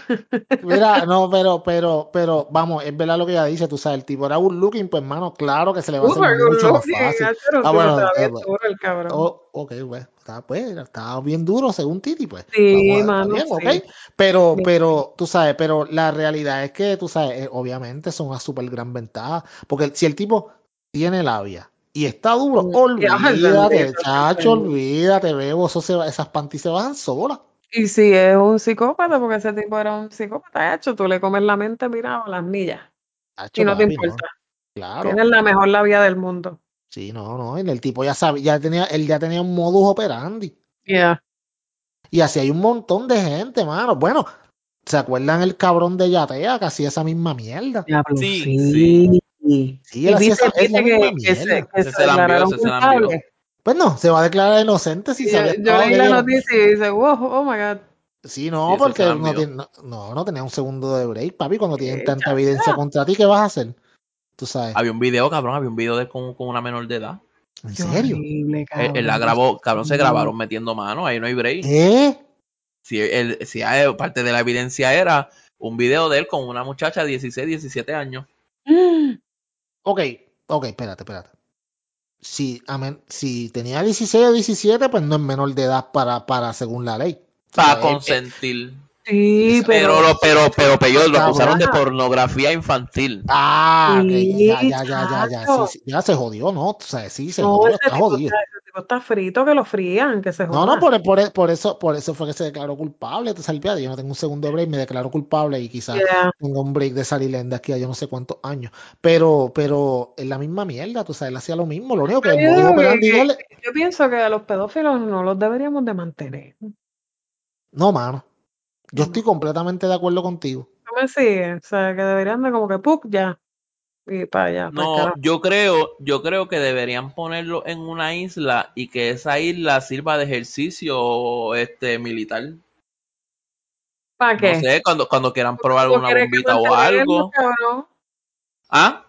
Mira, no, pero, pero, pero, vamos, es verdad lo que ella dice, tú sabes, el tipo era good looking, pues, hermano, claro que se le va a hacer Super good mucho más looking, fácil. ah, pero Ah, sí, bueno, estaba eh, bien pues, duro el cabrón. oh, ok, pues, está, pues, estaba bien duro según Titi, pues, vamos, Sí, a- está mano, bien, ok, sí. pero, Bien. pero, tú sabes, pero la realidad es que, tú sabes, eh, obviamente es una súper gran ventaja, porque si el tipo tiene labia y está duro, Y, ay, [laughs] olvídate, bendito, chacho, bendito. olvídate, bebo, eso se va- esas panties se van solas. Y si es un psicópata, porque ese tipo era un psicópata, hecho, tú le comes la mente, mira, o las millas, Chacho, y no te papi, no, importa. claro. Tienes la mejor labia del mundo. Sí, no, no, el el tipo ya sabía, ya tenía, él ya tenía un modus operandi. Yeah. Y así hay un montón de gente, mano. Bueno, ¿se acuerdan el cabrón de Yatea que hacía esa misma mierda? Diablo, Sí, sí. Sí, Y él hacía esa, viste, esa viste misma que, que se, mierda. que Ese se se la envió, declararon ese se la envió. culpables. Pues no, se va a declarar inocente si Y se Yo, había yo estado leí la bebiendo. noticia y dice, wow, oh my God. Sí, Sí, no, ese se porque la no, envió. tiene- no, no, no tenía un segundo de break, papi. Cuando tienen Eh, tanta evidencia contra ti, ¿qué vas a hacer? Tú sabes, Había un video, cabrón, había un video de con, con una menor de edad. ¿en Qué serio? horrible, Él, Eh, él la cabrón. Eh. grabó, cabrón, se Sí. grabaron ¿Eh? metiendo mano, ahí no hay break. ¿Qué? Si, él, si hay- parte de la evidencia era un video de él con una muchacha de 16, 17 años. Ok, ok, espérate, espérate. Si, amen, si tenía 16 o 17, pues no es menor de edad para, para según la ley. Para consentir. [gasps] eh, Sí, Pero, pero. lo- pero, pero, pero ellos lo Cabrón. acusaron de pornografía infantil. Ah, ok, Sí, ya, ya, ya, ya, ya, sí, chacho. sí, ya se jodió, ¿no? O sea, sí, se No, jodió, ese está tipo, jodido. está, ese tipo está frito que lo frían, que se No, pues, joda. no, por, por, por eso, por eso fue que se declaró culpable, te salpiado. Yo no tengo un segundo break, me declaro culpable y quizás Yeah. tenga un break de salir de aquí a yo no sé cuántos años. Pero, pero es la misma mierda, tú sabes, él hacía lo mismo. Lo único que el Yo modus digo que- operandi de él- que- Yo pienso que a los pedófilos no los deberíamos de mantener. No No, mano. Yo No. estoy completamente de acuerdo contigo. me siguen, o sea, que deberían de como que ¡puc! ya. Y para allá, para No, yo creo, yo creo que deberían ponerlo en una isla y que esa isla sirva de ejercicio este militar. ¿Para qué? No sé, cuando, cuando quieran probar ¿Tú una quieres que bombita o mantenerlo, algo. cabrón? Ah,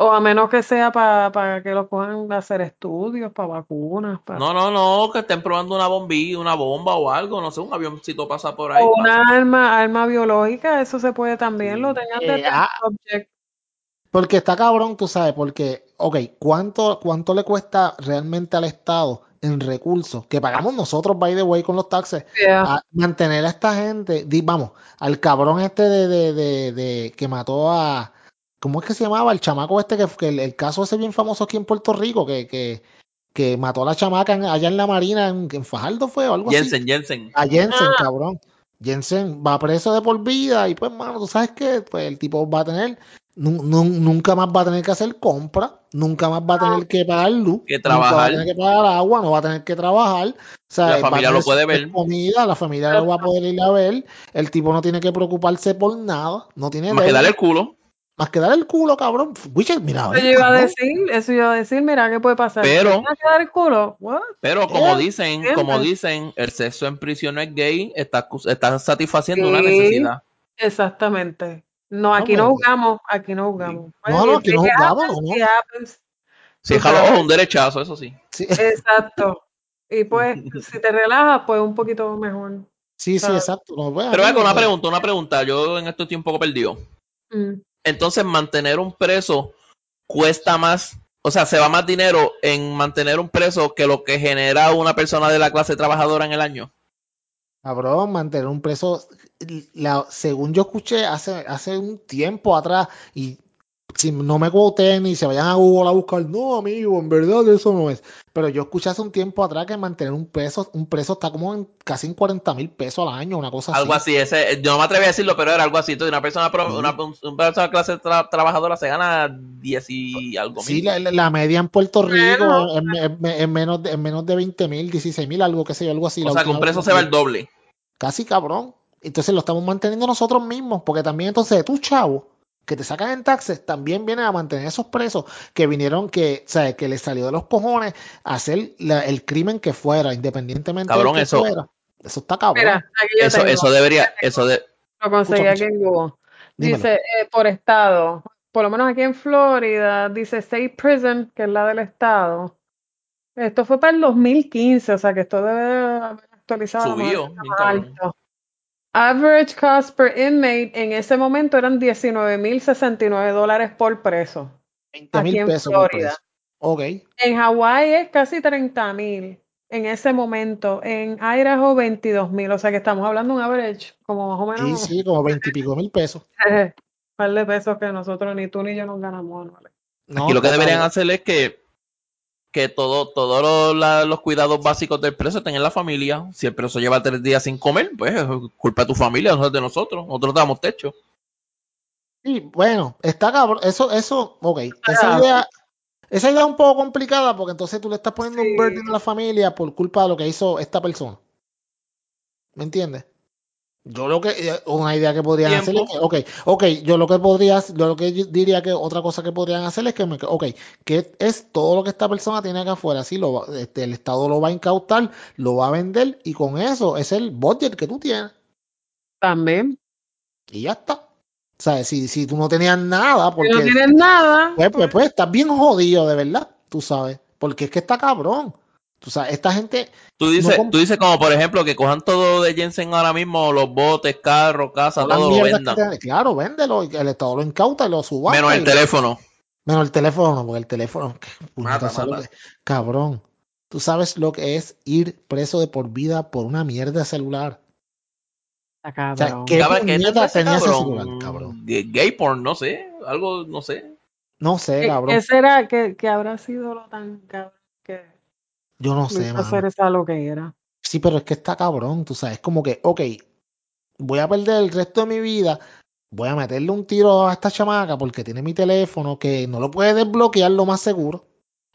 O a menos que sea para que los puedan hacer estudios, para vacunas, para... no, no, no, que estén probando una bombilla, una bomba o algo, no sé, un avioncito pasa por ahí. o pasa. una arma, arma biológica, eso se puede también, lo tengan Eh, de test ah. subject. Porque está cabrón, tú sabes, porque, ok, ¿cuánto, cuánto le cuesta realmente al Estado en recursos que pagamos nosotros, by the way, con los taxes, Yeah. a mantener a esta gente? Di- vamos, al cabrón este de, de, de, de- que mató a. ¿Cómo es que se llamaba? El chamaco este, que, que el, el caso ese bien famoso aquí en Puerto Rico, que, que, que mató a la chamaca en- allá en la Marina, en, en Fajardo fue o algo así. Jensen, Jensen. Ah, a Jensen, cabrón. Jensen va preso de por vida y pues, mano, tú sabes que pues, el tipo va a tener, nu- nu- nunca más va a tener que hacer compra, nunca más va a Ah. tener que pagar luz, Que nunca va a trabajar. tener que pagar agua, no va a tener que trabajar. O sea, La va a familia tener lo puede su- ver. Comida, la familia lo va a poder ir a ver. El tipo no tiene que preocuparse por nada, no tiene Más que deuda, darle el culo. más que dar el culo, cabrón. Witcher, mira, Eso ven, yo iba a cabrón. decir, eso yo iba a decir, mira, ¿qué puede pasar? Pero- ¿Te van a quedar el culo? What? Pero como Eh, dicen, entiendo. como dicen, el sexo en prisión no es gay, está, acus- está satisfaciendo una Sí. necesidad. Exactamente. No, aquí pero- no jugamos, aquí no jugamos. Pues, No, no, aquí no It jugamos, happens, no, no. it happens. Si Tú jalo sabes. ojo, un derechazo, eso sí. Sí, [laughs] Exacto. Y pues, si te relajas, pues un poquito mejor. sí, sí, Claro. exacto. No, pues, Pero aquí, vea, con una eh, pregunta, una pregunta. Yo en este esto estoy un poco perdido. Mm. Entonces, mantener un preso cuesta más, o sea, se va más dinero en mantener un preso que lo que genera una persona de la clase trabajadora en el año. Cabrón, mantener un preso, la- según yo escuché hace, hace un tiempo atrás, y si no me quoten ni se vayan a Google a buscar, no, amigo, en verdad eso no es. Pero yo escuché hace un tiempo atrás que mantener un preso, un preso está como en casi en 40 mil pesos al año, una cosa Algo así. así, ese, yo no me atreví a decirlo, pero era algo así. Entonces, una persona, pro- Sí. una, una persona de clase tra- trabajadora se gana 10 y algo Sí, mil. la, la- la media en Puerto Rico Bueno. es, es- es- es menos de, es menos de 20 mil, 16 mil, algo que sé yo, algo así. O la sea, que última un vez preso que se va vi. el doble. Casi cabrón. Entonces lo estamos manteniendo nosotros mismos, porque también entonces tus chavos que te sacan en taxes también vienen a mantener esos presos que vinieron que, o sea, que les salió de los cojones hacer la- el crimen que fuera, independientemente Cabrón, del que eso- fuera. Eso está cabrón. Mira, aquí yo Eso, tengo. eso debería, eso de, Lo conseguí Escucha, aquí en Google. Dímelo. Dice, eh, por estado, por lo menos aquí en Florida, dice State Prison, que es la del estado. Esto fue para el 2015, o sea que esto debe haber actualizado a lo mejor Subió, está bien más cabrón. alto. Average cost per inmate en ese momento eran 19.069 dólares por preso. 20 aquí mil en pesos por Florida. preso. Ok. En Hawái es casi 30.000 en ese momento. En Idaho 22.000, o sea que estamos hablando de un average como más o Sí, menos sí, como 20 y pico mil pesos. [laughs] un par de pesos que nosotros ni tú ni yo nos ganamos anuales. No, Aquí lo que está deberían cabrón. hacer es que, que todo, todos los, la- los cuidados básicos del preso estén en la familia. Si el preso lleva tres días sin comer, pues es culpa de tu familia, no es de nosotros. Nosotros te damos techo. Sí, bueno, está cabrón. Eso, eso, ok. Esa Ah. idea, esa idea es un poco complicada porque entonces tú le estás poniendo un Sí. burden a la familia por culpa de lo que hizo esta persona. ¿Me entiendes? Yo lo que, eh, una idea que podrían hacer es Tiempo. que, ok, ok, yo lo que podría, yo lo que yo diría que otra cosa que podrían hacer es que, me, ok, que es todo lo que esta persona tiene acá afuera, sí, lo, va- este, el Estado lo va a incautar, lo va a vender y con eso es el budget que tú tienes También. y ya está. O sea, si, si tú no tenías nada, Si porque... no tienes nada, Pues, pues, pues, estás bien jodido, de verdad, tú sabes. Porque es que está cabrón. O sea, esta gente. Tú dices, no tú dices como por ejemplo que cojan todo de Jensen ahora mismo, los botes, carros, casa, todo lo vendan. Te, claro, véndelo, el Estado lo incauta y lo suba. Menos el teléfono. Menos el teléfono, porque el teléfono. Mata, mata. cabrón, tú sabes lo que es ir preso de por vida por una mierda celular. Ah, cabrón. O sea, ¿qué cabrón, mierda que tenía ese celular, cabrón? Gay porn, no sé, algo, no sé. No sé, cabrón. ¿Qué será E que, que habrá sido lo tan cabrón que yo no sé, hacer esa lo que era. Sí, pero es que está cabrón, tú sabes, como que, ok, voy a perder el resto de mi vida, voy a meterle un tiro a esta chamaca porque tiene mi teléfono, que no lo puede desbloquear lo más seguro.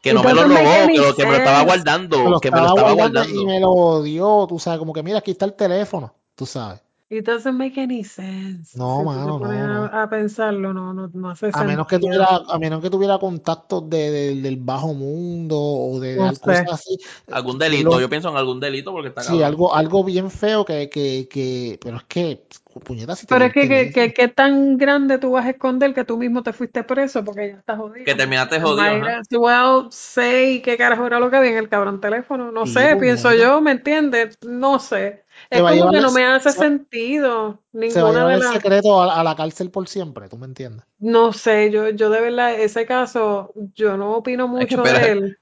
Que no Entonces, me lo robó, me que, lo, que me lo estaba guardando, que, lo que estaba me lo estaba guardando, guardando. Y me lo dio, tú sabes, como que mira, aquí está el teléfono, tú sabes. It doesn't make any sense. No, si mano, no, a, a, pensarlo, no, no, no hace a sentido. Menos que tuviera, a menos que tuviera contactos de, de, del bajo mundo o de, no cosas así. Algún delito, Lo, yo pienso en algún delito porque está Sí, cabrón. algo, algo bien feo que, que, que pero es que, puñetas. Si pero es que, que, que, que, tan grande tú vas a esconder que tú mismo te fuiste preso porque ya estás jodido. Que terminaste jodido. Well, sé y qué carajo era lo que había en el cabrón teléfono. No sí, pues, sé, puñeta. pienso yo, ¿me entiendes? No sé. Es como que no me hace sentido. Ninguna se va a llevar de las... el secreto a, a, la cárcel por siempre, ¿tú me entiendes? No sé, yo, yo de verdad, ese caso, yo no opino mucho de él.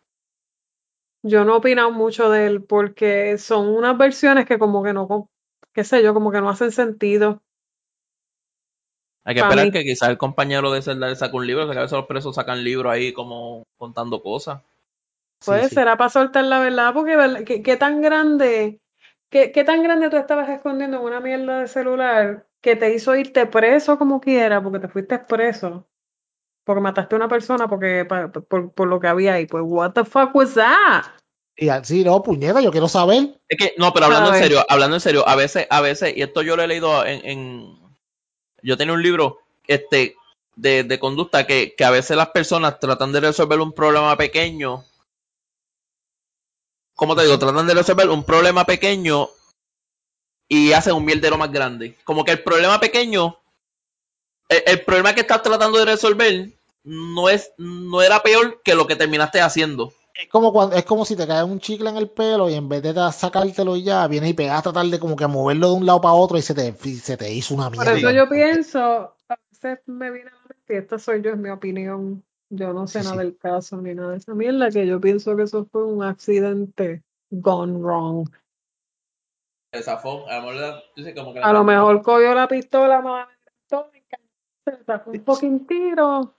Yo no he opinado mucho de él porque son unas versiones que como que no, qué sé yo, como que no hacen sentido. Hay que esperar mí. que quizás el compañero de Zelda saque un libro, que a veces los presos sacan libros ahí como contando cosas. Pues sí, sí. será para soltar la verdad, porque ¿qué, qué tan grande... ¿Qué, ¿Qué, tan grande tú estabas escondiendo en una mierda de celular que te hizo irte preso como quiera, porque te fuiste preso? Porque mataste a una persona porque pa, por, por, lo que había ahí. Pues, what the fuck was that? Y así, no, puñeta, yo quiero saber. Es que, no, pero hablando en serio, hablando en serio, a veces, a veces, y esto yo lo he leído en. en... Yo tenía un libro este, de, de conducta que, que a veces las personas tratan de resolver un problema pequeño como te digo, tratan de resolver un problema pequeño y hacen un mierdero más grande. Como que el problema pequeño, el, el, problema que estás tratando de resolver no es, no era peor que lo que terminaste haciendo. Es como cuando, es como si te cae un chicle en el pelo y en vez de sacártelo y ya, vienes y pegas a tratar de como que a moverlo de un lado para otro y se te, y se te hizo una mierda. Por eso yo pienso, a veces me viene a decir, esta soy yo, es mi opinión yo no sé sí, nada sí. del caso ni nada de esa mierda, que yo pienso que eso fue un accidente gone wrong. Desafón, a lo mejor, dice como que a lo mejor cogió la pistola, más se sacó un poquín tiro.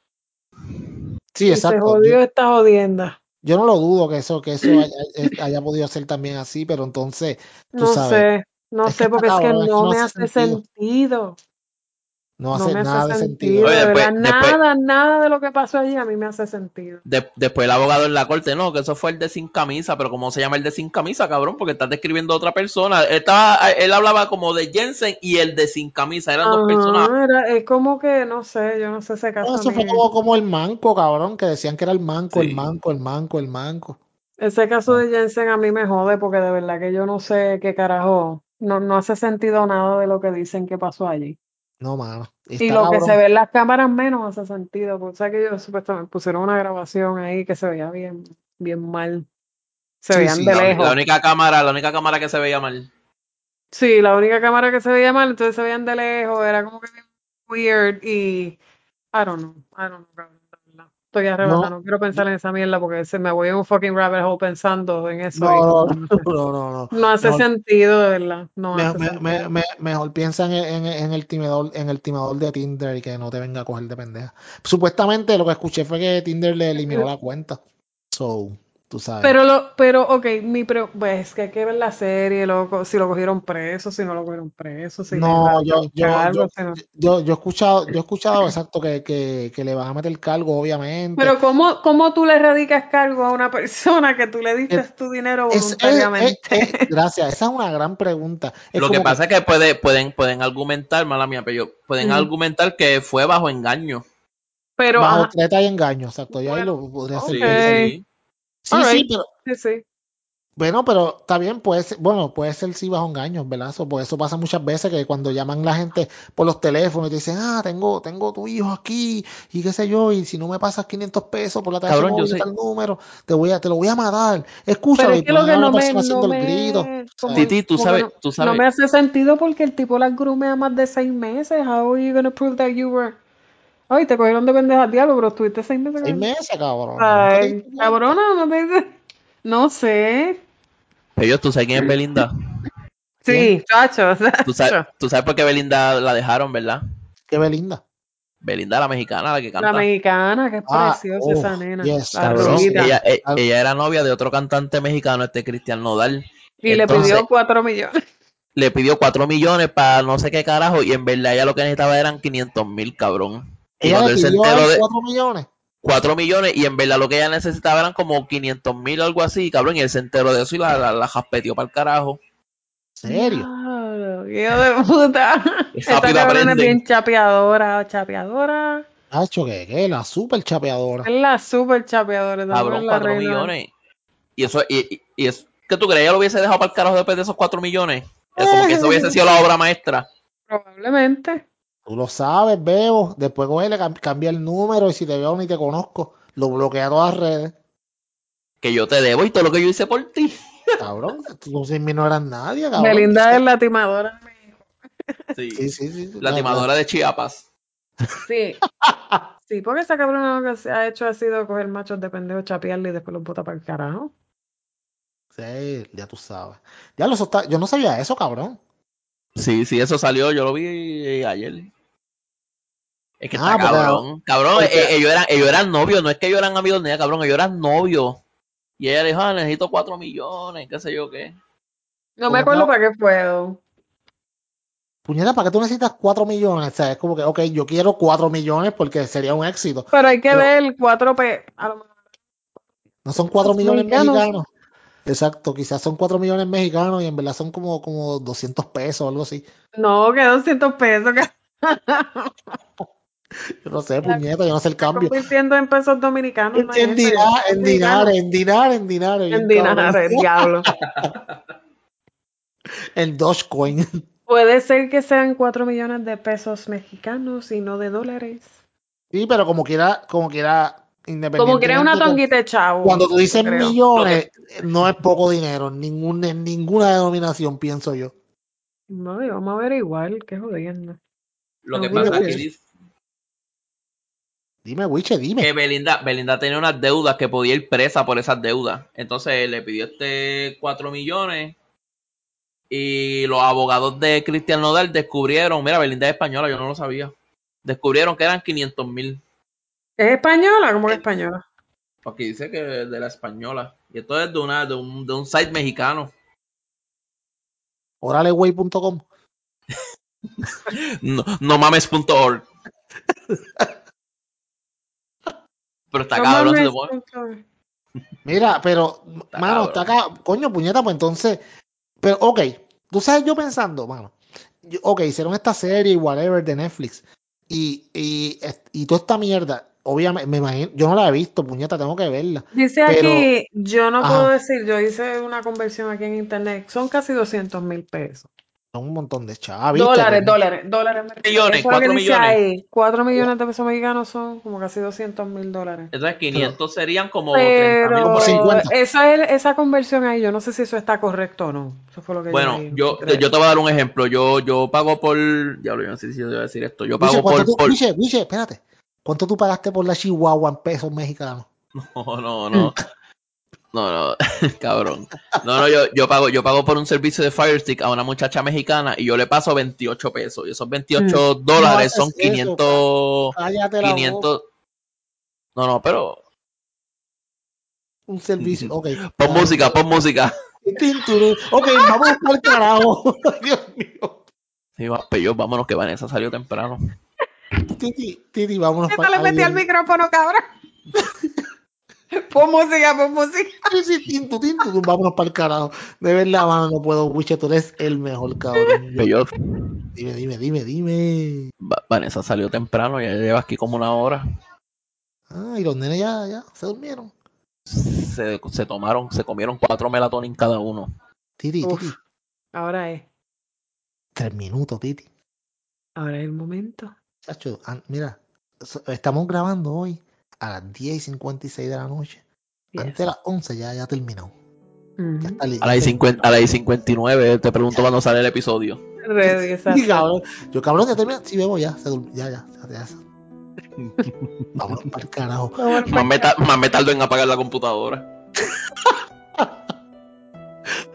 Sí, exacto. Y se jodió yo, esta jodienda. Yo no lo dudo que eso, que [clears throat] eso haya, eh, haya podido ser también así, pero entonces, tú no sabes. sé, no es sé, porque es que no, no me hace sentido. sentido. No hace, no me hace nada de sentido. Oye, después, de verdad, después, nada, nada de lo que pasó allí a mí me hace sentido. De, después el abogado en la corte, no, que eso fue el de sin camisa, pero ¿cómo se llama el de sin camisa, cabrón? Porque estás describiendo a otra persona. Él, estaba, él hablaba como de Jensen y el de sin camisa, eran Ajá, dos personas. Era, es como que, no sé, yo no sé ese caso. No, eso fue como, como, el manco, cabrón, que decían que era el manco, sí. el manco, el manco, el manco. Ese caso de Jensen a mí me jode porque de verdad que yo no sé qué carajo. No, no hace sentido nada de lo que dicen que pasó allí. No, mano. Está y lo cabrón. que se ve en las cámaras menos hace sentido. Porque, o sea que ellos supuestamente pusieron una grabación ahí que se veía bien, bien mal. Se sí, veían sí, de la, lejos. La única cámara, la única cámara que se veía mal. Sí, la única cámara que se veía mal, entonces se veían de lejos, era como que weird y I don't know, I don't know, cabrón, no. Estoy arrebatado, no. no, quiero pensar en esa mierda porque se me voy a un fucking rabbit hole pensando en eso. No, no, no, no, no, no. hace sentido, de verdad. No me, hace me, sentido. Me, mejor piensa en, en, en, el timador, en el timador de Tinder y que no te venga a coger de pendeja. Supuestamente lo que escuché fue que Tinder le eliminó la cuenta. So, tú sabes. Pero, lo, pero ok, mi pre pues, que hay que ver la serie, loco. Si lo cogieron preso, si no lo cogieron preso. Si no, yo, yo, cargo, yo, si no... yo, yo, he escuchado, yo he escuchado exacto que, que, que le vas a meter cargo, obviamente. Pero, ¿cómo, ¿cómo tú le radicas cargo a una [laughs] persona que tú le diste es, tu dinero voluntariamente? Es, es, gracias, esa es una gran pregunta. lo que pasa que... es que puede, pueden, pueden argumentar, mala mía, pero yo, pueden mm. argumentar que fue bajo engaño. Pero, bajo ah, treta y engaño, exacto. Yo bueno, ahí lo podría hacer. Okay. Sí, sí, pero, sí, sí. Bueno, pero está bien, puede ser, bueno, puede ser si sí bajo engaños, ¿verdad? Eso, por eso pasa muchas veces que cuando llaman la gente por los teléfonos y te dicen, ah, tengo, tengo tu hijo aquí, y qué sé yo, y si no me pasas 500 pesos por la tarjeta Cabrón, yo móvil, sé. tal número, te voy a, te lo voy a matar. Escúchame, Pero es que lo que no me, no haciendo el me, grito. como- Titi, tú como sabes, no- tú sabes. no me hace sentido porque el tipo las grumea más de seis meses. How are you gonna prove that you were? Ay, te cogieron de pendeja diablo, pero estuviste seis meses. Seis con- meses, cabrón. ¿Nunca te Ay, diste cuenta? cabrona, no te- no sé. Ellos, tú sabes quién es Belinda. Sí, chacho, Tú [laughs] sabes, tú sabes por qué Belinda la dejaron, ¿verdad? Qué belinda. Belinda, la mexicana, la que La canta. mexicana, que es Ah, preciosa oh, esa nena. yes, la Cabrón, rubita. ella, e- Ah. ella era novia de otro cantante mexicano, este Cristian Nodal. y le entonces- pidió cuatro millones. Le pidió 4 millones para no sé qué carajo y en verdad ella lo que necesitaba eran 500 mil, cabrón. Y Ella cuando le él se pidió enteró de 4 millones. 4 millones y en verdad lo que ella necesitaba eran como 500 mil o algo así, cabrón. Y él se enteró de eso y la, la, la jaspeteó para el carajo. ¿En serio? Diablo, hijo de puta. Esa Esta pila cabrona es prende. bien chapeadora, chapeadora. Hacho, que, que la super chapeadora. Es la super chapeadora también. Cabrón, es la 4 reina. millones. Y eso, y, y- y eso, ¿qué tú crees? ¿Ella lo hubiese dejado para el carajo después de esos 4 millones? Es como que eso hubiese sido la obra maestra. Probablemente. Tú lo sabes, Bebo. Después coge, le cam- cambia el número y si te veo ni te conozco, lo bloquea a todas las redes. Que yo te debo y todo lo que yo hice por ti. Cabrón, [laughs] tú sin mí no eras nadie, cabrón. Belinda es la timadora. de México. Sí. Sí, sí, sí. La timadora de Chiapas. Sí. Sí, porque esa cabrona lo que se ha hecho ha sido coger machos de pendejo, chapearle y después los bota para el carajo. Sí, ya tú sabes. Ya lo está... Yo no sabía eso, cabrón. Sí, sí, eso salió, yo lo vi eh, ayer. Es que Ah, está porque- cabrón. Cabrón, porque- eh, ellos, eran, ellos eran novios, no es que ellos eran amigos ni nada, cabrón, ellos eran novios. Y ella le dijo, ah, necesito cuatro millones, qué sé yo qué. No Como me acuerdo no- para qué puedo. Puñeta, ¿para qué tú necesitas 4 millones? O sea, es como que, ok, yo quiero 4 millones porque sería un éxito. Pero hay que Pero- ver el 4P. A lo mejor No son 4 Los millones mexicanos. mexicanos. Exacto, quizás son 4 millones mexicanos y en verdad son como, como 200 pesos o algo así. No, que 200 pesos. Que... Yo no sé, puñeta, yo no sé el Está cambio. convirtiendo en pesos dominicanos. no es En ese, dinar, es en dinar, en dinar, en dinar. En bien dinar, cabrón. el diablo. [laughs] En Dogecoin. Puede ser que sean 4 millones de pesos mexicanos y no de dólares. Sí, pero como quiera, como quiera, independiente. Como crea una tonguita de chavo. Cuando tú dices creo. millones, no es poco dinero, en ningún, en ninguna denominación, pienso yo. No, y vamos a ver igual, qué jodiendo. Lo No, que mira, pasa es que pues. dice Dime, Wiche, dime. que Belinda, Belinda tenía unas deudas que podía ir presa por esas deudas. Entonces le pidió este cuatro millones y los abogados de Cristian Nodal descubrieron, mira, Belinda es española, yo no lo sabía. Descubrieron que eran 500 mil. ¿Es española? ¿Cómo que española? Porque dice que de la española. Y esto es de, una, de, un, de un site mexicano. Oraleway.com. No, no mames.org. [laughs] Pero está No cabrón, se mames, te pone- punto. Mira, pero, mano, cabrón. está acá, coño, puñeta, pues entonces, pero, ok, tú sabes, yo pensando, mano, yo- ok, hicieron esta serie, whatever, de Netflix, y, y, y toda esta mierda, obviamente, me imagino, yo no la he visto, puñeta, tengo que verla. Dice Pero- aquí, yo no Ajá. puedo decir, yo hice una conversión aquí en internet, son casi 200 mil pesos. Son un montón de chavos. ¿viste? Dólares, Pues, dólares, dólares. mexicanos. Eso Millones, es lo que cuatro dice millones. ahí. 4 millones de pesos mexicanos son como casi 200 mil dólares. Entonces 500 serían como 30 mil. Pero como 50. esa, es- esa conversión ahí, yo no sé si eso está correcto o no. Eso fue lo que Bueno, leí, no yo, creo. yo te voy a dar un ejemplo. Yo, yo pago por. Diablo, yo no sé si yo voy a decir esto. Yo pago ¿cuánto por. tú, por- Guille, Guille, espérate. ¿Cuánto tú pagaste por la Chihuahua en pesos mexicanos? [laughs] No, no, no. No, no, [laughs] cabrón. No, no, yo, yo pago, yo pago por un servicio de Fire Stick a una muchacha mexicana y yo le paso 28 pesos. Y esos 28 dólares Hmm. No son haces eso, 500. Cállate la boca. 500. No, no, pero. Un servicio, ok. Pon Dale. música, pon música. Tin, turú. Ok, vamos al carajo. [laughs] Dios mío. Sí, va, pello, vámonos que Vanessa salió temprano. Titi, Titi, vámonos Esto le ay, metí Dios al mío. micrófono, cabrón. Pon música, pon música. Sí, sí, tin, tu, tin, tu, tu, vámonos para el carajo. De verdad, mano, no puedo, Guille, tú eres el mejor cabrón. Pello, Dime, dime, dime, dime. Va- Vanessa salió temprano, ya lleva aquí como una hora. Ah, y los nenes ya, ya, se durmieron. se, se tomaron, se comieron cuatro melatonin cada uno. Titi, Uf, Titi. Ahora es. Tres minutos, Titi. Ahora es el momento. Chacho, ah, mira, estamos grabando hoy a las 10 y 56 de la noche. Yes. Antes de las 11 ya, ya terminado. Uh -huh. a, las 50, a las 59 te pregunto cuándo sale el episodio. Ready, sí, cabrón. Yo cabrón ya termina, si sí, bebo ya, se, ya, ya, ya, ya. [laughs] Vámonos para el carajo. Más me, más me tardo en apagar la computadora.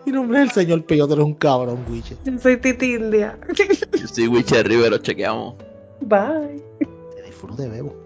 Mi nombre es el señor Peyote, eres un cabrón, Witcher. Yo soy [laughs] Titildia. Yo soy Witcher Rivero, chequeamos. Bye. Te disfrute, bebo.